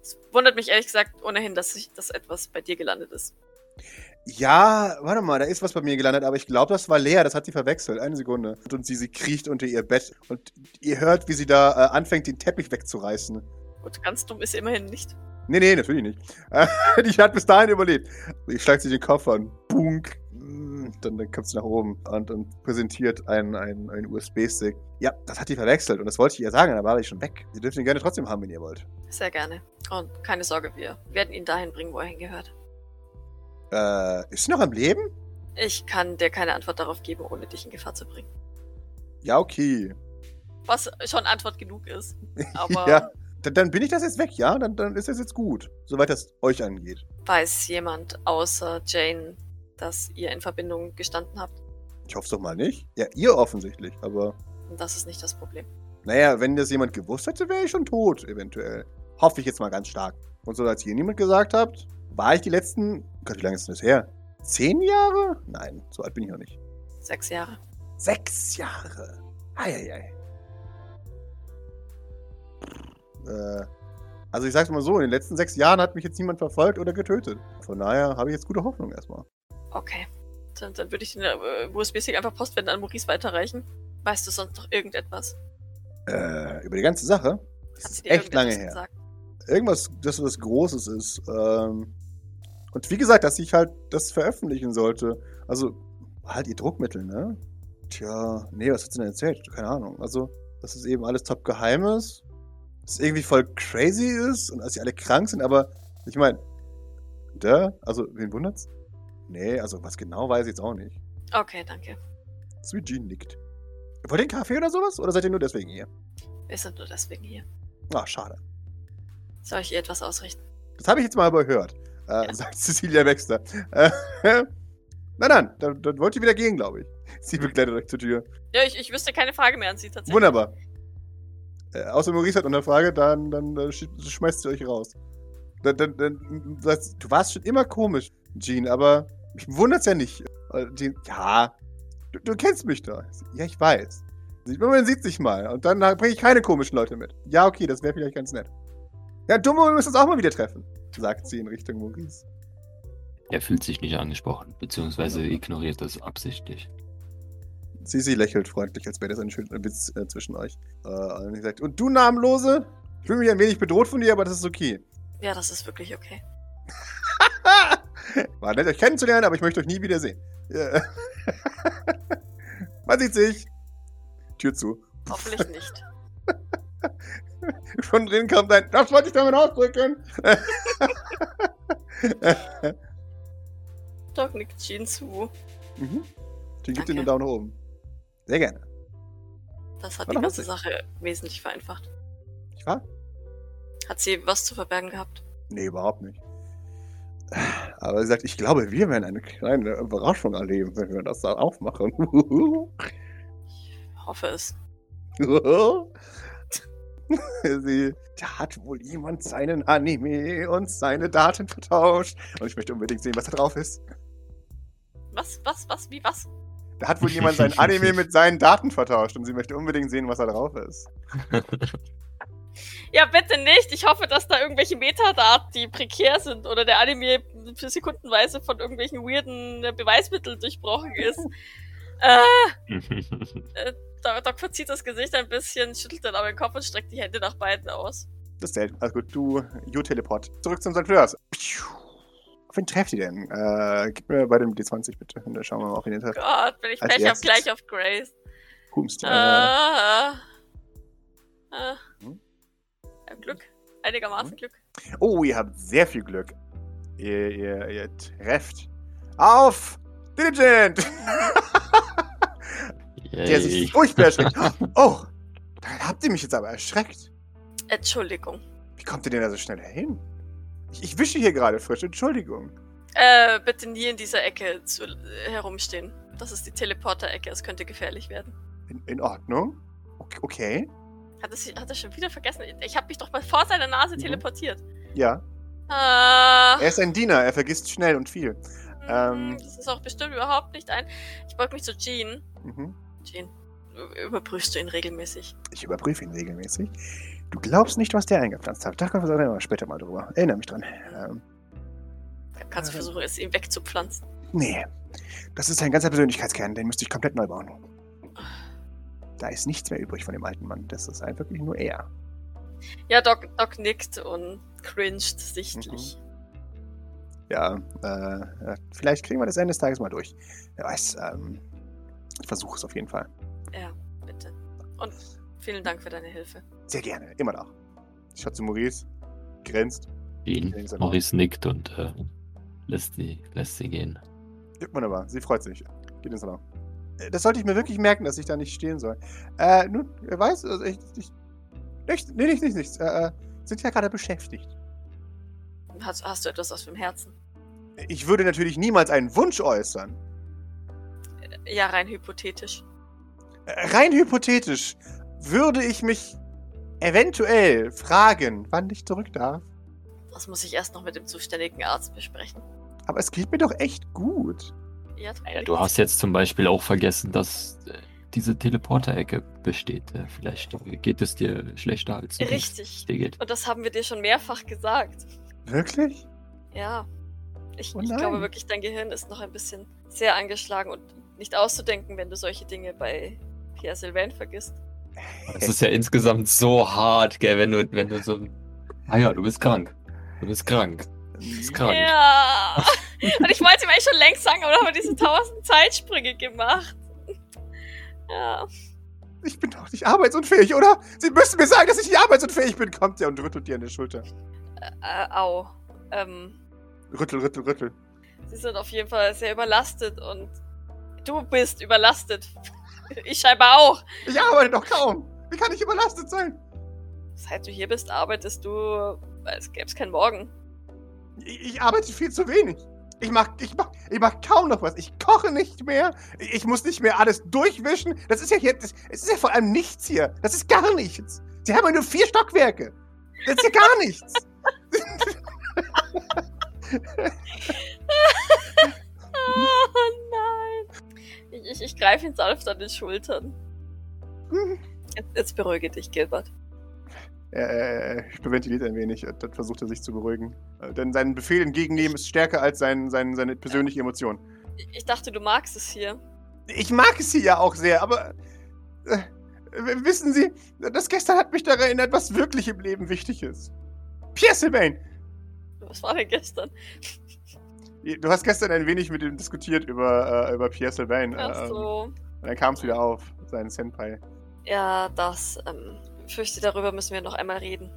[SPEAKER 2] Es wundert mich ehrlich gesagt ohnehin, dass, ich, dass etwas bei dir gelandet ist.
[SPEAKER 1] Ja, warte mal, da ist was bei mir gelandet, aber ich glaube, das war Lea, das hat sie verwechselt. Eine Sekunde. Und sie, sie kriecht unter ihr Bett und ihr hört, wie sie da äh, anfängt, den Teppich wegzureißen.
[SPEAKER 2] Gut, ganz dumm ist sie immerhin nicht.
[SPEAKER 1] Nee, nee, natürlich nicht. Äh, die hat bis dahin überlebt. Ich schlag sie den Koffer an. Bunk. Mm, Dann, dann kommt sie nach oben und, und präsentiert einen, einen, einen USB-Stick. Ja, das hat die verwechselt und das wollte ich ihr sagen, aber war ich schon weg. Ihr dürft ihn gerne trotzdem haben, wenn ihr wollt.
[SPEAKER 2] Sehr gerne. Und keine Sorge, wir werden ihn dahin bringen, wo er hingehört.
[SPEAKER 1] Äh, ist sie noch am Leben?
[SPEAKER 2] Ich kann dir keine Antwort darauf geben, ohne dich in Gefahr zu bringen.
[SPEAKER 1] Ja, okay.
[SPEAKER 2] Was schon Antwort genug ist. Aber
[SPEAKER 1] Ja. Dann, dann bin ich das jetzt weg, ja? Dann, dann ist das jetzt gut. Soweit das euch angeht.
[SPEAKER 2] weiß jemand außer Jane, dass ihr in Verbindung gestanden habt?
[SPEAKER 1] Ich hoffe es doch mal nicht. Ja, ihr offensichtlich, aber
[SPEAKER 2] Und das ist nicht das Problem.
[SPEAKER 1] Naja, wenn das jemand gewusst hätte, wäre ich schon tot, eventuell. Hoffe ich jetzt mal ganz stark. Und so als ihr niemand gesagt habt, war ich die letzten, Gott, wie lange ist denn das her? Zehn Jahre? Nein, so alt bin ich noch nicht.
[SPEAKER 2] Sechs Jahre.
[SPEAKER 1] Sechs Jahre. Eieiei. Äh, also ich sag's mal so, in den letzten sechs Jahren hat mich jetzt niemand verfolgt oder getötet. Von daher habe ich jetzt gute Hoffnung erstmal.
[SPEAKER 2] Okay. Dann, dann würde ich den äh, USB-Stick einfach postwenden an Maurice weiterreichen. Weißt du sonst noch irgendetwas?
[SPEAKER 1] Äh, über die ganze Sache. Das
[SPEAKER 2] Hat sie
[SPEAKER 1] ist
[SPEAKER 2] dir
[SPEAKER 1] echt lange
[SPEAKER 2] irgendetwas
[SPEAKER 1] her.
[SPEAKER 2] gesagt?
[SPEAKER 1] irgendwas, das was Großes ist. Ähm, und wie gesagt, dass ich halt das veröffentlichen sollte. Also, halt ihr Druckmittel, ne? Tja, nee, was hat sie denn erzählt? Keine Ahnung. Also, dass es eben alles top geheim ist, dass es irgendwie voll crazy ist und dass sie alle krank sind, aber ich meine, da, also, wen wundert's? Nee, also, was genau weiß ich jetzt auch nicht.
[SPEAKER 2] Okay, danke.
[SPEAKER 1] Sweet Jean nickt. Wollt ihr einen Kaffee oder sowas? Oder seid ihr nur deswegen hier?
[SPEAKER 2] Wir sind nur deswegen hier.
[SPEAKER 1] Ach, schade.
[SPEAKER 2] Soll ich ihr etwas ausrichten?
[SPEAKER 1] Das habe ich jetzt mal überhört, äh,
[SPEAKER 2] Ja.
[SPEAKER 1] sagt Cecilia Baxter. Äh, na dann, dann, dann wollt ihr wieder gehen, glaube ich. Sie begleitet euch zur Tür.
[SPEAKER 2] Ja, ich, ich wüsste keine Frage mehr an sie tatsächlich.
[SPEAKER 1] Wunderbar. Äh, außer Maurice hat noch eine Frage, dann, dann äh, sch schmeißt sie euch raus. Dann, dann, dann, sagst du, du warst schon immer komisch, Jean, aber mich wundert's ja nicht. Äh, Jean, ja, du, du kennst mich doch. Ja, ich weiß. Man sieht sich mal und dann bringe ich keine komischen Leute mit. Ja, okay, das wäre vielleicht ganz nett. Ja, Dumbo, wir müssen uns auch mal wieder treffen, sagt sie in Richtung Maurice.
[SPEAKER 3] Er fühlt sich nicht angesprochen, beziehungsweise ignoriert das absichtlich.
[SPEAKER 1] Sisi lächelt freundlich, als wäre das ein schöner Witz äh, zwischen euch. Äh, und sie sagt, und du Namenlose? Ich fühle mich ein wenig bedroht von dir, aber das ist okay.
[SPEAKER 2] Ja, das ist wirklich okay.
[SPEAKER 1] Ah! War nett, euch kennenzulernen, aber ich möchte euch nie wieder sehen. Ja. Man sieht sich. Tür zu.
[SPEAKER 2] Hoffentlich nicht.
[SPEAKER 1] Von drin kommt ein, das wollte ich damit ausdrücken.
[SPEAKER 2] Doc nickt Jean zu
[SPEAKER 1] Mhm. Den gibt
[SPEAKER 2] Danke.
[SPEAKER 1] ihr einen Daumen nach oben. Sehr gerne.
[SPEAKER 2] Das hat
[SPEAKER 1] War
[SPEAKER 2] die
[SPEAKER 1] doch
[SPEAKER 2] ganze
[SPEAKER 1] witzig.
[SPEAKER 2] Sache wesentlich vereinfacht.
[SPEAKER 1] Ich war?
[SPEAKER 2] Hat sie was zu verbergen gehabt?
[SPEAKER 1] Nee, überhaupt nicht. Aber sie sagt, ich glaube, wir werden eine kleine Überraschung erleben, wenn wir das dann aufmachen.
[SPEAKER 2] Hoffe es. Was, was, was, wie, was?
[SPEAKER 1] Da hat wohl jemand sein Anime mit seinen Daten vertauscht und sie möchte unbedingt sehen, was da drauf ist.
[SPEAKER 2] Ja, bitte nicht. Ich hoffe, dass da irgendwelche Metadaten, die prekär sind oder der Anime für sekundenweise von irgendwelchen weirden äh, Beweismitteln durchbrochen ist. äh, Doc Doc verzieht das Gesicht ein bisschen, schüttelt dann aber den Kopf und streckt die Hände nach beiden aus.
[SPEAKER 1] Das zählt. Also gut, du, you teleport. Zurück zum St. Fleurs. Pschuh. Auf wen trefft ihr denn? Äh, gib mir bei dem D20 bitte. Und dann schauen wir mal, auf wen ihr trefft.
[SPEAKER 2] Gott, wenn ich
[SPEAKER 1] Als
[SPEAKER 2] Pech hab,
[SPEAKER 1] erstes.
[SPEAKER 2] gleich auf Grace.
[SPEAKER 1] Humst. Äh,
[SPEAKER 2] Ah, ah.
[SPEAKER 1] Hm?
[SPEAKER 2] Ein Glück. Einigermaßen
[SPEAKER 1] Hm?
[SPEAKER 2] Glück.
[SPEAKER 1] Oh, ihr habt sehr viel Glück. Ihr, ihr, ihr trefft auf Diligent, der sich furchtbar erschreckt. Oh, da habt ihr mich jetzt aber erschreckt.
[SPEAKER 2] Entschuldigung.
[SPEAKER 1] Wie kommt ihr denn da so schnell hin? Ich, ich wische hier gerade frisch, Entschuldigung.
[SPEAKER 2] Äh, bitte nie in dieser Ecke zu, äh, herumstehen. Das ist die Teleporter-Ecke, es könnte gefährlich werden.
[SPEAKER 1] In, in Ordnung? Ok- Okay,
[SPEAKER 2] Hat er, sich- hat er schon wieder vergessen? Ich habe mich doch mal vor seiner Nase
[SPEAKER 1] Mhm.
[SPEAKER 2] teleportiert.
[SPEAKER 1] ja.
[SPEAKER 2] Ah,
[SPEAKER 1] Er ist ein Diener, er vergisst schnell und viel. ähm.
[SPEAKER 2] mh, das ist auch bestimmt überhaupt nicht ein. Ich beug mich zu Jean.
[SPEAKER 1] Mhm.
[SPEAKER 2] Jean, ü- überprüfst du ihn regelmäßig?
[SPEAKER 1] Ich überprüfe ihn regelmäßig. Du glaubst nicht, was der eingepflanzt hat. Da kommen wir später mal drüber. Erinnere mich dran. Ähm,
[SPEAKER 2] Dann kannst du
[SPEAKER 1] Ja, dann-
[SPEAKER 2] versuchen, es ihm wegzupflanzen.
[SPEAKER 1] nee, das ist ein ganzer Persönlichkeitskern, den müsste ich komplett neu bauen. Da ist nichts mehr übrig von dem alten Mann. Das ist halt wirklich nur er.
[SPEAKER 2] Ja, Doc, Doc nickt und cringet sichtlich.
[SPEAKER 1] Mhm. Ja, äh, ja, vielleicht kriegen wir das Ende des Tages mal durch. Wer weiß, ähm, ich versuche es auf jeden Fall.
[SPEAKER 2] Bitte. Und vielen Dank für deine Hilfe.
[SPEAKER 1] Sehr gerne, immer noch. Ich schaue zu Maurice, grinst.
[SPEAKER 3] Ihn. Maurice nickt und äh, lässt, sie, lässt sie gehen.
[SPEAKER 1] Ja, wunderbar, sie freut sich. Geht ins Salon. Äh, Das sollte ich mir wirklich merken, dass ich da nicht stehen soll. Äh, nun, wer weiß, also ich, ich, nicht, nee, nicht, nicht, nichts. Äh, äh, sind ja gerade beschäftigt.
[SPEAKER 2] Hast, hast du etwas aus dem Herzen?
[SPEAKER 1] Ich würde natürlich niemals einen Wunsch äußern.
[SPEAKER 2] Ja, rein hypothetisch.
[SPEAKER 1] Äh, Rein hypothetisch würde ich mich eventuell fragen, wann ich zurück darf.
[SPEAKER 2] Das muss ich erst noch mit dem zuständigen Arzt besprechen.
[SPEAKER 1] Aber es geht mir doch echt gut.
[SPEAKER 2] Ja,
[SPEAKER 3] Naja, du hast jetzt zum Beispiel auch vergessen, dass äh, diese Teleporter-Ecke besteht. Äh, vielleicht geht es dir schlechter als du denkst,
[SPEAKER 2] Richtig.
[SPEAKER 3] es dir geht.
[SPEAKER 2] Und das haben wir dir schon mehrfach gesagt.
[SPEAKER 1] Wirklich?
[SPEAKER 2] Ja. Ich,
[SPEAKER 1] Oh
[SPEAKER 2] ich
[SPEAKER 1] nein.
[SPEAKER 2] glaube wirklich, dein Gehirn ist noch ein bisschen sehr angeschlagen und nicht auszudenken, wenn du solche Dinge bei Pierre Sylvain vergisst.
[SPEAKER 3] Es ist ja insgesamt so hart, gell, wenn du, wenn du so. Ah ja, du bist krank. Du bist krank. Du bist krank.
[SPEAKER 2] Ja. und ich wollte ihm eigentlich schon längst sagen, aber dann haben wir diese tausend Zeitsprünge gemacht. Ja.
[SPEAKER 1] Ich bin doch nicht arbeitsunfähig, oder? Sie müssen mir sagen, dass ich nicht arbeitsunfähig bin. Kommt ja und rüttelt dir an der Schulter.
[SPEAKER 2] Äh, au. Ähm,
[SPEAKER 1] Rüttel, rüttel, rüttel.
[SPEAKER 2] Sie sind auf jeden Fall sehr überlastet und du bist überlastet. Ich scheinbar auch.
[SPEAKER 1] Ich arbeite doch kaum. Wie kann ich überlastet sein?
[SPEAKER 2] Seit du hier bist, arbeitest du, als gäbe es keinen Morgen.
[SPEAKER 1] Ich, ich arbeite viel zu wenig. Ich mach, ich, mach, ich mach kaum noch was. Ich koche nicht mehr. Ich, ich muss nicht mehr alles durchwischen. Das ist ja hier, das, es ist ja vor allem nichts hier. Das ist gar nichts. Sie haben ja nur vier Stockwerke. Das ist ja gar nichts.
[SPEAKER 2] Oh nein. Ich, ich, ich greife ihn sanft an den Schultern.
[SPEAKER 1] Mhm.
[SPEAKER 2] Jetzt, jetzt beruhige dich, Gilbert.
[SPEAKER 1] Er äh, hyperventiliert ein wenig, äh, dann versucht er sich zu beruhigen. Äh, Denn sein Befehl entgegennehmen ist stärker als sein, sein, seine persönliche Emotion.
[SPEAKER 2] Ich, ich dachte, du magst es hier.
[SPEAKER 1] Ich mag es hier ja auch sehr, aber äh, w- wissen Sie, das gestern hat mich daran erinnert, was wirklich im Leben wichtig ist. Pierre Sylvain,
[SPEAKER 2] Was war denn gestern?
[SPEAKER 1] du hast gestern ein wenig mit ihm diskutiert über, äh, über Pierre Sylvain. Äh,
[SPEAKER 2] Ach so.
[SPEAKER 1] und dann kam es wieder auf, seinen Senpai.
[SPEAKER 2] Ja, das, ähm, ich fürchte, darüber müssen wir noch einmal reden.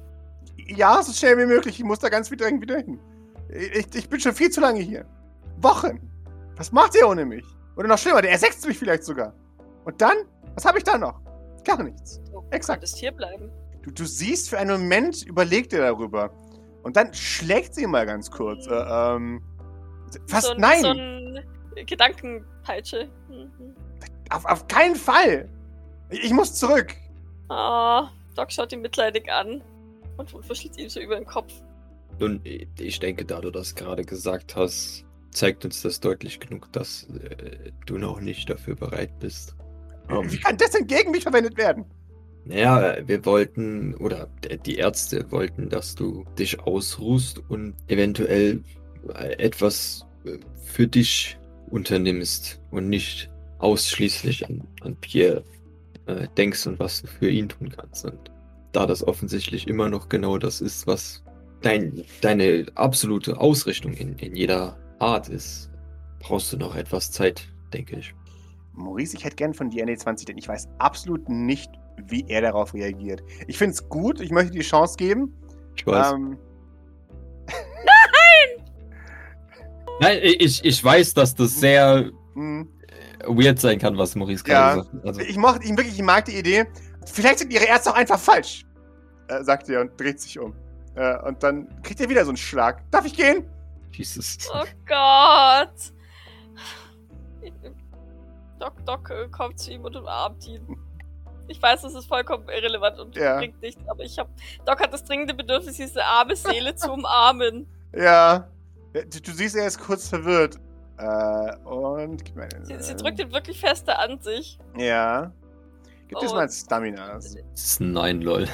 [SPEAKER 1] Ja, so schnell wie möglich, ich muss da ganz wieder, wieder hin. Ich, ich bin schon viel zu lange hier. Wochen. Was macht ihr ohne mich? Oder noch schlimmer, der ersetzt mich vielleicht sogar. Und dann? Was habe ich dann noch? Gar nichts.
[SPEAKER 2] Du
[SPEAKER 1] Exakt.
[SPEAKER 2] könntest hier bleiben.
[SPEAKER 1] Du, du siehst für einen Moment, überlegt er darüber. Und dann schlägt sie mal ganz kurz. Äh, ähm, fast
[SPEAKER 2] so ein,
[SPEAKER 1] nein!
[SPEAKER 2] So ein Gedankenpeitsche. Mhm.
[SPEAKER 1] auf, auf keinen Fall! Ich, ich muss zurück!
[SPEAKER 2] Ah, Doc schaut ihn mitleidig an und wuschelt ihm so über den Kopf.
[SPEAKER 3] Nun, ich denke, da du das gerade gesagt hast, zeigt uns das deutlich genug, dass äh, du noch nicht dafür bereit bist. Ähm,
[SPEAKER 1] Wie kann das denn gegen mich verwendet werden?
[SPEAKER 3] naja, wir wollten, oder d- die Ärzte wollten, dass du dich ausruhst und eventuell äh, etwas äh, für dich unternimmst und nicht ausschließlich an, an Pierre äh, denkst und was du für ihn tun kannst. Und da das offensichtlich immer noch genau das ist, was dein, deine absolute Ausrichtung in, in jeder Art ist, brauchst du noch etwas Zeit, denke ich.
[SPEAKER 1] Maurice, ich hätte gern von dir ND20, denn ich weiß absolut nicht, wie er darauf reagiert. Ich finde es gut, ich möchte dir die Chance geben.
[SPEAKER 3] Ich weiß.
[SPEAKER 1] Ähm,
[SPEAKER 3] Nein, ich, ich weiß, dass das sehr
[SPEAKER 1] mh,
[SPEAKER 3] weird sein kann, was Maurice
[SPEAKER 1] Ja.
[SPEAKER 3] gerade gesagt hat. Also,
[SPEAKER 1] hm. ich mochte ihn wirklich, ich mag die Idee. Vielleicht sind ihre Ärzte auch einfach falsch, äh, sagt er und dreht sich um. Äh, und dann kriegt er wieder so einen Schlag. Darf ich gehen?
[SPEAKER 3] Jesus.
[SPEAKER 2] Oh Gott! Doc Doc äh, kommt zu ihm und umarmt ihn. Ich weiß, das ist vollkommen irrelevant und
[SPEAKER 1] Ja.
[SPEAKER 2] bringt nichts, aber ich hab. Doc hat das dringende Bedürfnis, diese arme Seele zu umarmen.
[SPEAKER 1] Ja. Ja, Du, du siehst, er ist kurz verwirrt. Äh, und. gib mir einen-
[SPEAKER 2] Sie, sie drückt ihn wirklich fester an sich.
[SPEAKER 1] Ja. Gib das
[SPEAKER 2] Oh.
[SPEAKER 1] mal ein Stamina. Äh,
[SPEAKER 3] Das ist ein Nein, lol.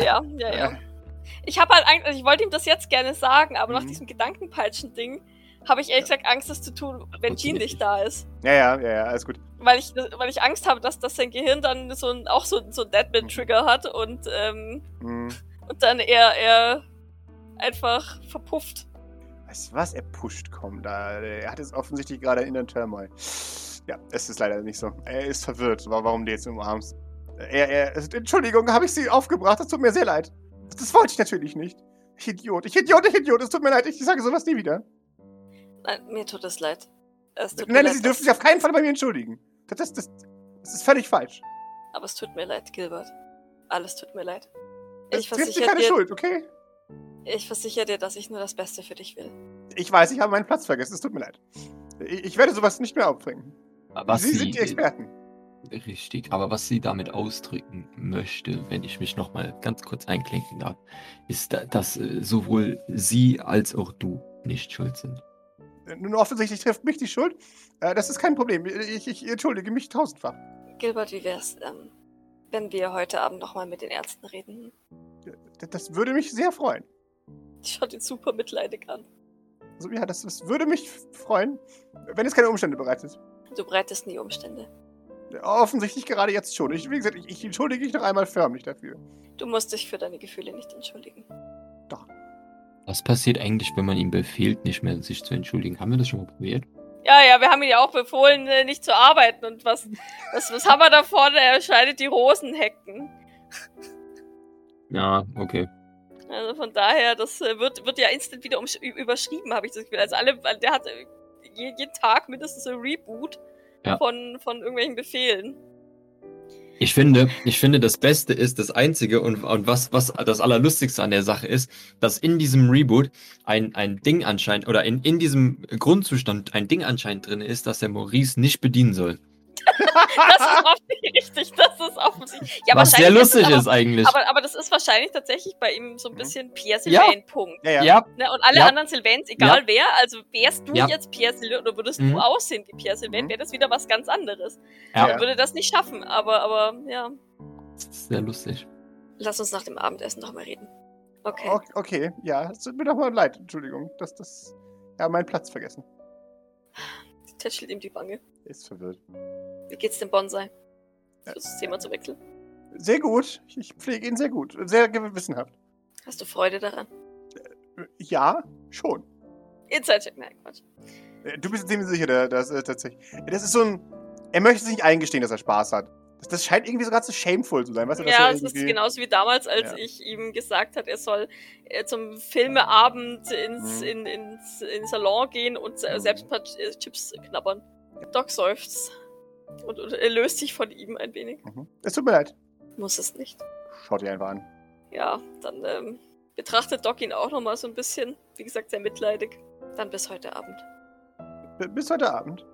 [SPEAKER 2] Ja, ja, ja, ja. Ich habe halt Angst, also ich wollte ihm das jetzt gerne sagen, aber nach
[SPEAKER 1] Mhm.
[SPEAKER 2] diesem Gedankenpeitschen-Ding habe ich ehrlich gesagt Angst, das zu tun, wenn Jean nicht da ist.
[SPEAKER 1] Ja, ja, ja, ja, alles gut.
[SPEAKER 2] Weil ich, weil ich Angst habe, dass, dass sein Gehirn dann so ein, auch so, ein- so ein Deadman-Trigger hat und, ähm,
[SPEAKER 1] Mhm.
[SPEAKER 2] und dann er, er einfach verpufft.
[SPEAKER 1] Weißt du was? Er pusht, komm, da. Er hat jetzt offensichtlich gerade einen inneren Turmoil. Ja, es ist leider nicht so. Er ist verwirrt, wa- warum du jetzt umarmst. Er, er, es- Entschuldigung, habe ich sie aufgebracht? Das tut mir sehr leid. Das wollte ich natürlich nicht. Ich Idiot, ich Idiot, ich Idiot, es tut mir leid, ich sage sowas nie wieder.
[SPEAKER 2] Nein, mir tut es leid. Es tut mir
[SPEAKER 1] Nein,
[SPEAKER 2] leid,
[SPEAKER 1] Sie dürfen sich
[SPEAKER 2] dass-
[SPEAKER 1] auf keinen Fall bei mir entschuldigen. Das, das, das, das ist völlig falsch.
[SPEAKER 2] Aber es tut mir leid, Gilbert. Alles tut mir leid.
[SPEAKER 1] Es
[SPEAKER 2] Ich
[SPEAKER 1] trifft dir
[SPEAKER 2] versichere
[SPEAKER 1] keine
[SPEAKER 2] dir,
[SPEAKER 1] Schuld, okay?
[SPEAKER 2] ich versichere dir, dass ich nur das Beste für dich will.
[SPEAKER 1] Ich weiß, ich habe meinen Platz vergessen, es tut mir leid. Ich, ich werde sowas nicht mehr aufbringen.
[SPEAKER 3] was
[SPEAKER 1] sie sind die Experten.
[SPEAKER 3] Richtig, aber was sie damit ausdrücken möchte, wenn ich mich nochmal ganz kurz einklinken darf, ist, da- dass äh, sowohl sie als auch du nicht schuld sind.
[SPEAKER 1] Nun, offensichtlich trifft mich die Schuld. Äh, Das ist kein Problem. Ich, ich entschuldige mich tausendfach.
[SPEAKER 2] Gilbert, wie wär's, ähm, wenn wir heute Abend nochmal mit den Ärzten reden?
[SPEAKER 1] D- Das würde mich sehr freuen.
[SPEAKER 2] Die schaut ihn super mitleidig an.
[SPEAKER 1] Also, ja, das, das würde mich f- freuen, wenn es keine Umstände bereitet.
[SPEAKER 2] Du breitest nie Umstände.
[SPEAKER 1] Offensichtlich gerade jetzt schon. Ich, wie gesagt, ich, ich entschuldige mich noch einmal förmlich dafür.
[SPEAKER 2] Du musst dich für deine Gefühle nicht entschuldigen.
[SPEAKER 3] Was passiert eigentlich, wenn man ihm befiehlt, nicht mehr sich zu entschuldigen? Haben wir das schon mal probiert?
[SPEAKER 2] Ja, ja, wir haben ihn ja auch befohlen, äh, nicht zu arbeiten. Und was, was, was haben wir da vorne? Er schneidet die Rosenhecken.
[SPEAKER 3] Ja, okay.
[SPEAKER 2] Also von daher, das äh, wird, wird ja instant wieder umsch- ü- überschrieben, habe ich das Gefühl. Also alle, weil der hat äh, je, jeden Tag mindestens ein Reboot
[SPEAKER 3] Ja.
[SPEAKER 2] von, von irgendwelchen Befehlen.
[SPEAKER 3] Ich finde, ich finde, das Beste ist das Einzige und, und was, was das Allerlustigste an der Sache ist, dass in diesem Reboot ein, ein Ding anscheinend oder in, in diesem Grundzustand ein Ding anscheinend drin ist, dass der Maurice nicht bedienen soll.
[SPEAKER 2] Das ist offensichtlich richtig, das ist offensichtlich. Ja,
[SPEAKER 3] was sehr
[SPEAKER 2] wahrscheinlich
[SPEAKER 3] lustig
[SPEAKER 2] aber-
[SPEAKER 3] ist eigentlich. Mhm.
[SPEAKER 2] Aber, aber das ist wahrscheinlich tatsächlich bei ihm so ein bisschen Pierre
[SPEAKER 3] Ja.
[SPEAKER 2] Sylvain-Punkt.
[SPEAKER 1] ja, ja.
[SPEAKER 3] ja,
[SPEAKER 2] Ne? Und alle
[SPEAKER 3] Ja.
[SPEAKER 2] anderen Sylvains, egal wer, also wärst du
[SPEAKER 3] Ja.
[SPEAKER 2] jetzt Pierre Sylvain oder würdest
[SPEAKER 3] Mhm.
[SPEAKER 2] du aussehen wie Pierre Sylvain,
[SPEAKER 1] Mhm.
[SPEAKER 2] wäre das wieder was ganz anderes.
[SPEAKER 3] Ja.
[SPEAKER 2] Er würde das nicht schaffen, aber, aber ja.
[SPEAKER 3] das ist sehr lustig.
[SPEAKER 2] Lass uns nach dem Abendessen nochmal reden. Okay.
[SPEAKER 1] Okay, okay, ja. Es tut mir doch mal leid. Entschuldigung. Das, das. Ja, meinen Platz vergessen.
[SPEAKER 2] Sie tätschelt ihm die Wange.
[SPEAKER 1] Ist verwirrt.
[SPEAKER 2] Wie geht's dem Bonsai? Das ist das Thema zu wechseln.
[SPEAKER 1] Sehr gut. Ich, ich pflege ihn sehr gut. Sehr gewissenhaft.
[SPEAKER 2] Hast du Freude daran?
[SPEAKER 1] Ja, schon.
[SPEAKER 2] Inside-Check, nein, Quatsch.
[SPEAKER 1] Äh, Du bist ziemlich sicher, da- das ist tatsächlich. Das ist so ein. Er möchte sich nicht eingestehen, dass er Spaß hat. Das, das scheint irgendwie sogar zu shameful zu sein, weißt du? dass
[SPEAKER 2] Ja,
[SPEAKER 1] er
[SPEAKER 2] es ist
[SPEAKER 1] irgendwie-
[SPEAKER 2] genauso wie damals, als
[SPEAKER 1] Ja.
[SPEAKER 2] ich ihm gesagt hat, er soll äh, zum Filmeabend ins,
[SPEAKER 1] Mhm.
[SPEAKER 2] in, ins, in den Salon gehen und se-
[SPEAKER 1] Mhm.
[SPEAKER 2] selbst ein paar Ch- äh, Chips knabbern. Doc seufzt und, und er löst sich von ihm ein wenig.
[SPEAKER 1] Mhm. Es tut mir leid.
[SPEAKER 2] Muss es nicht.
[SPEAKER 1] Schaut ihr einfach an.
[SPEAKER 2] Ja, dann ähm, betrachtet Doc ihn auch nochmal so ein bisschen. Wie gesagt, sehr mitleidig. Dann bis heute Abend.
[SPEAKER 1] B bis heute Abend.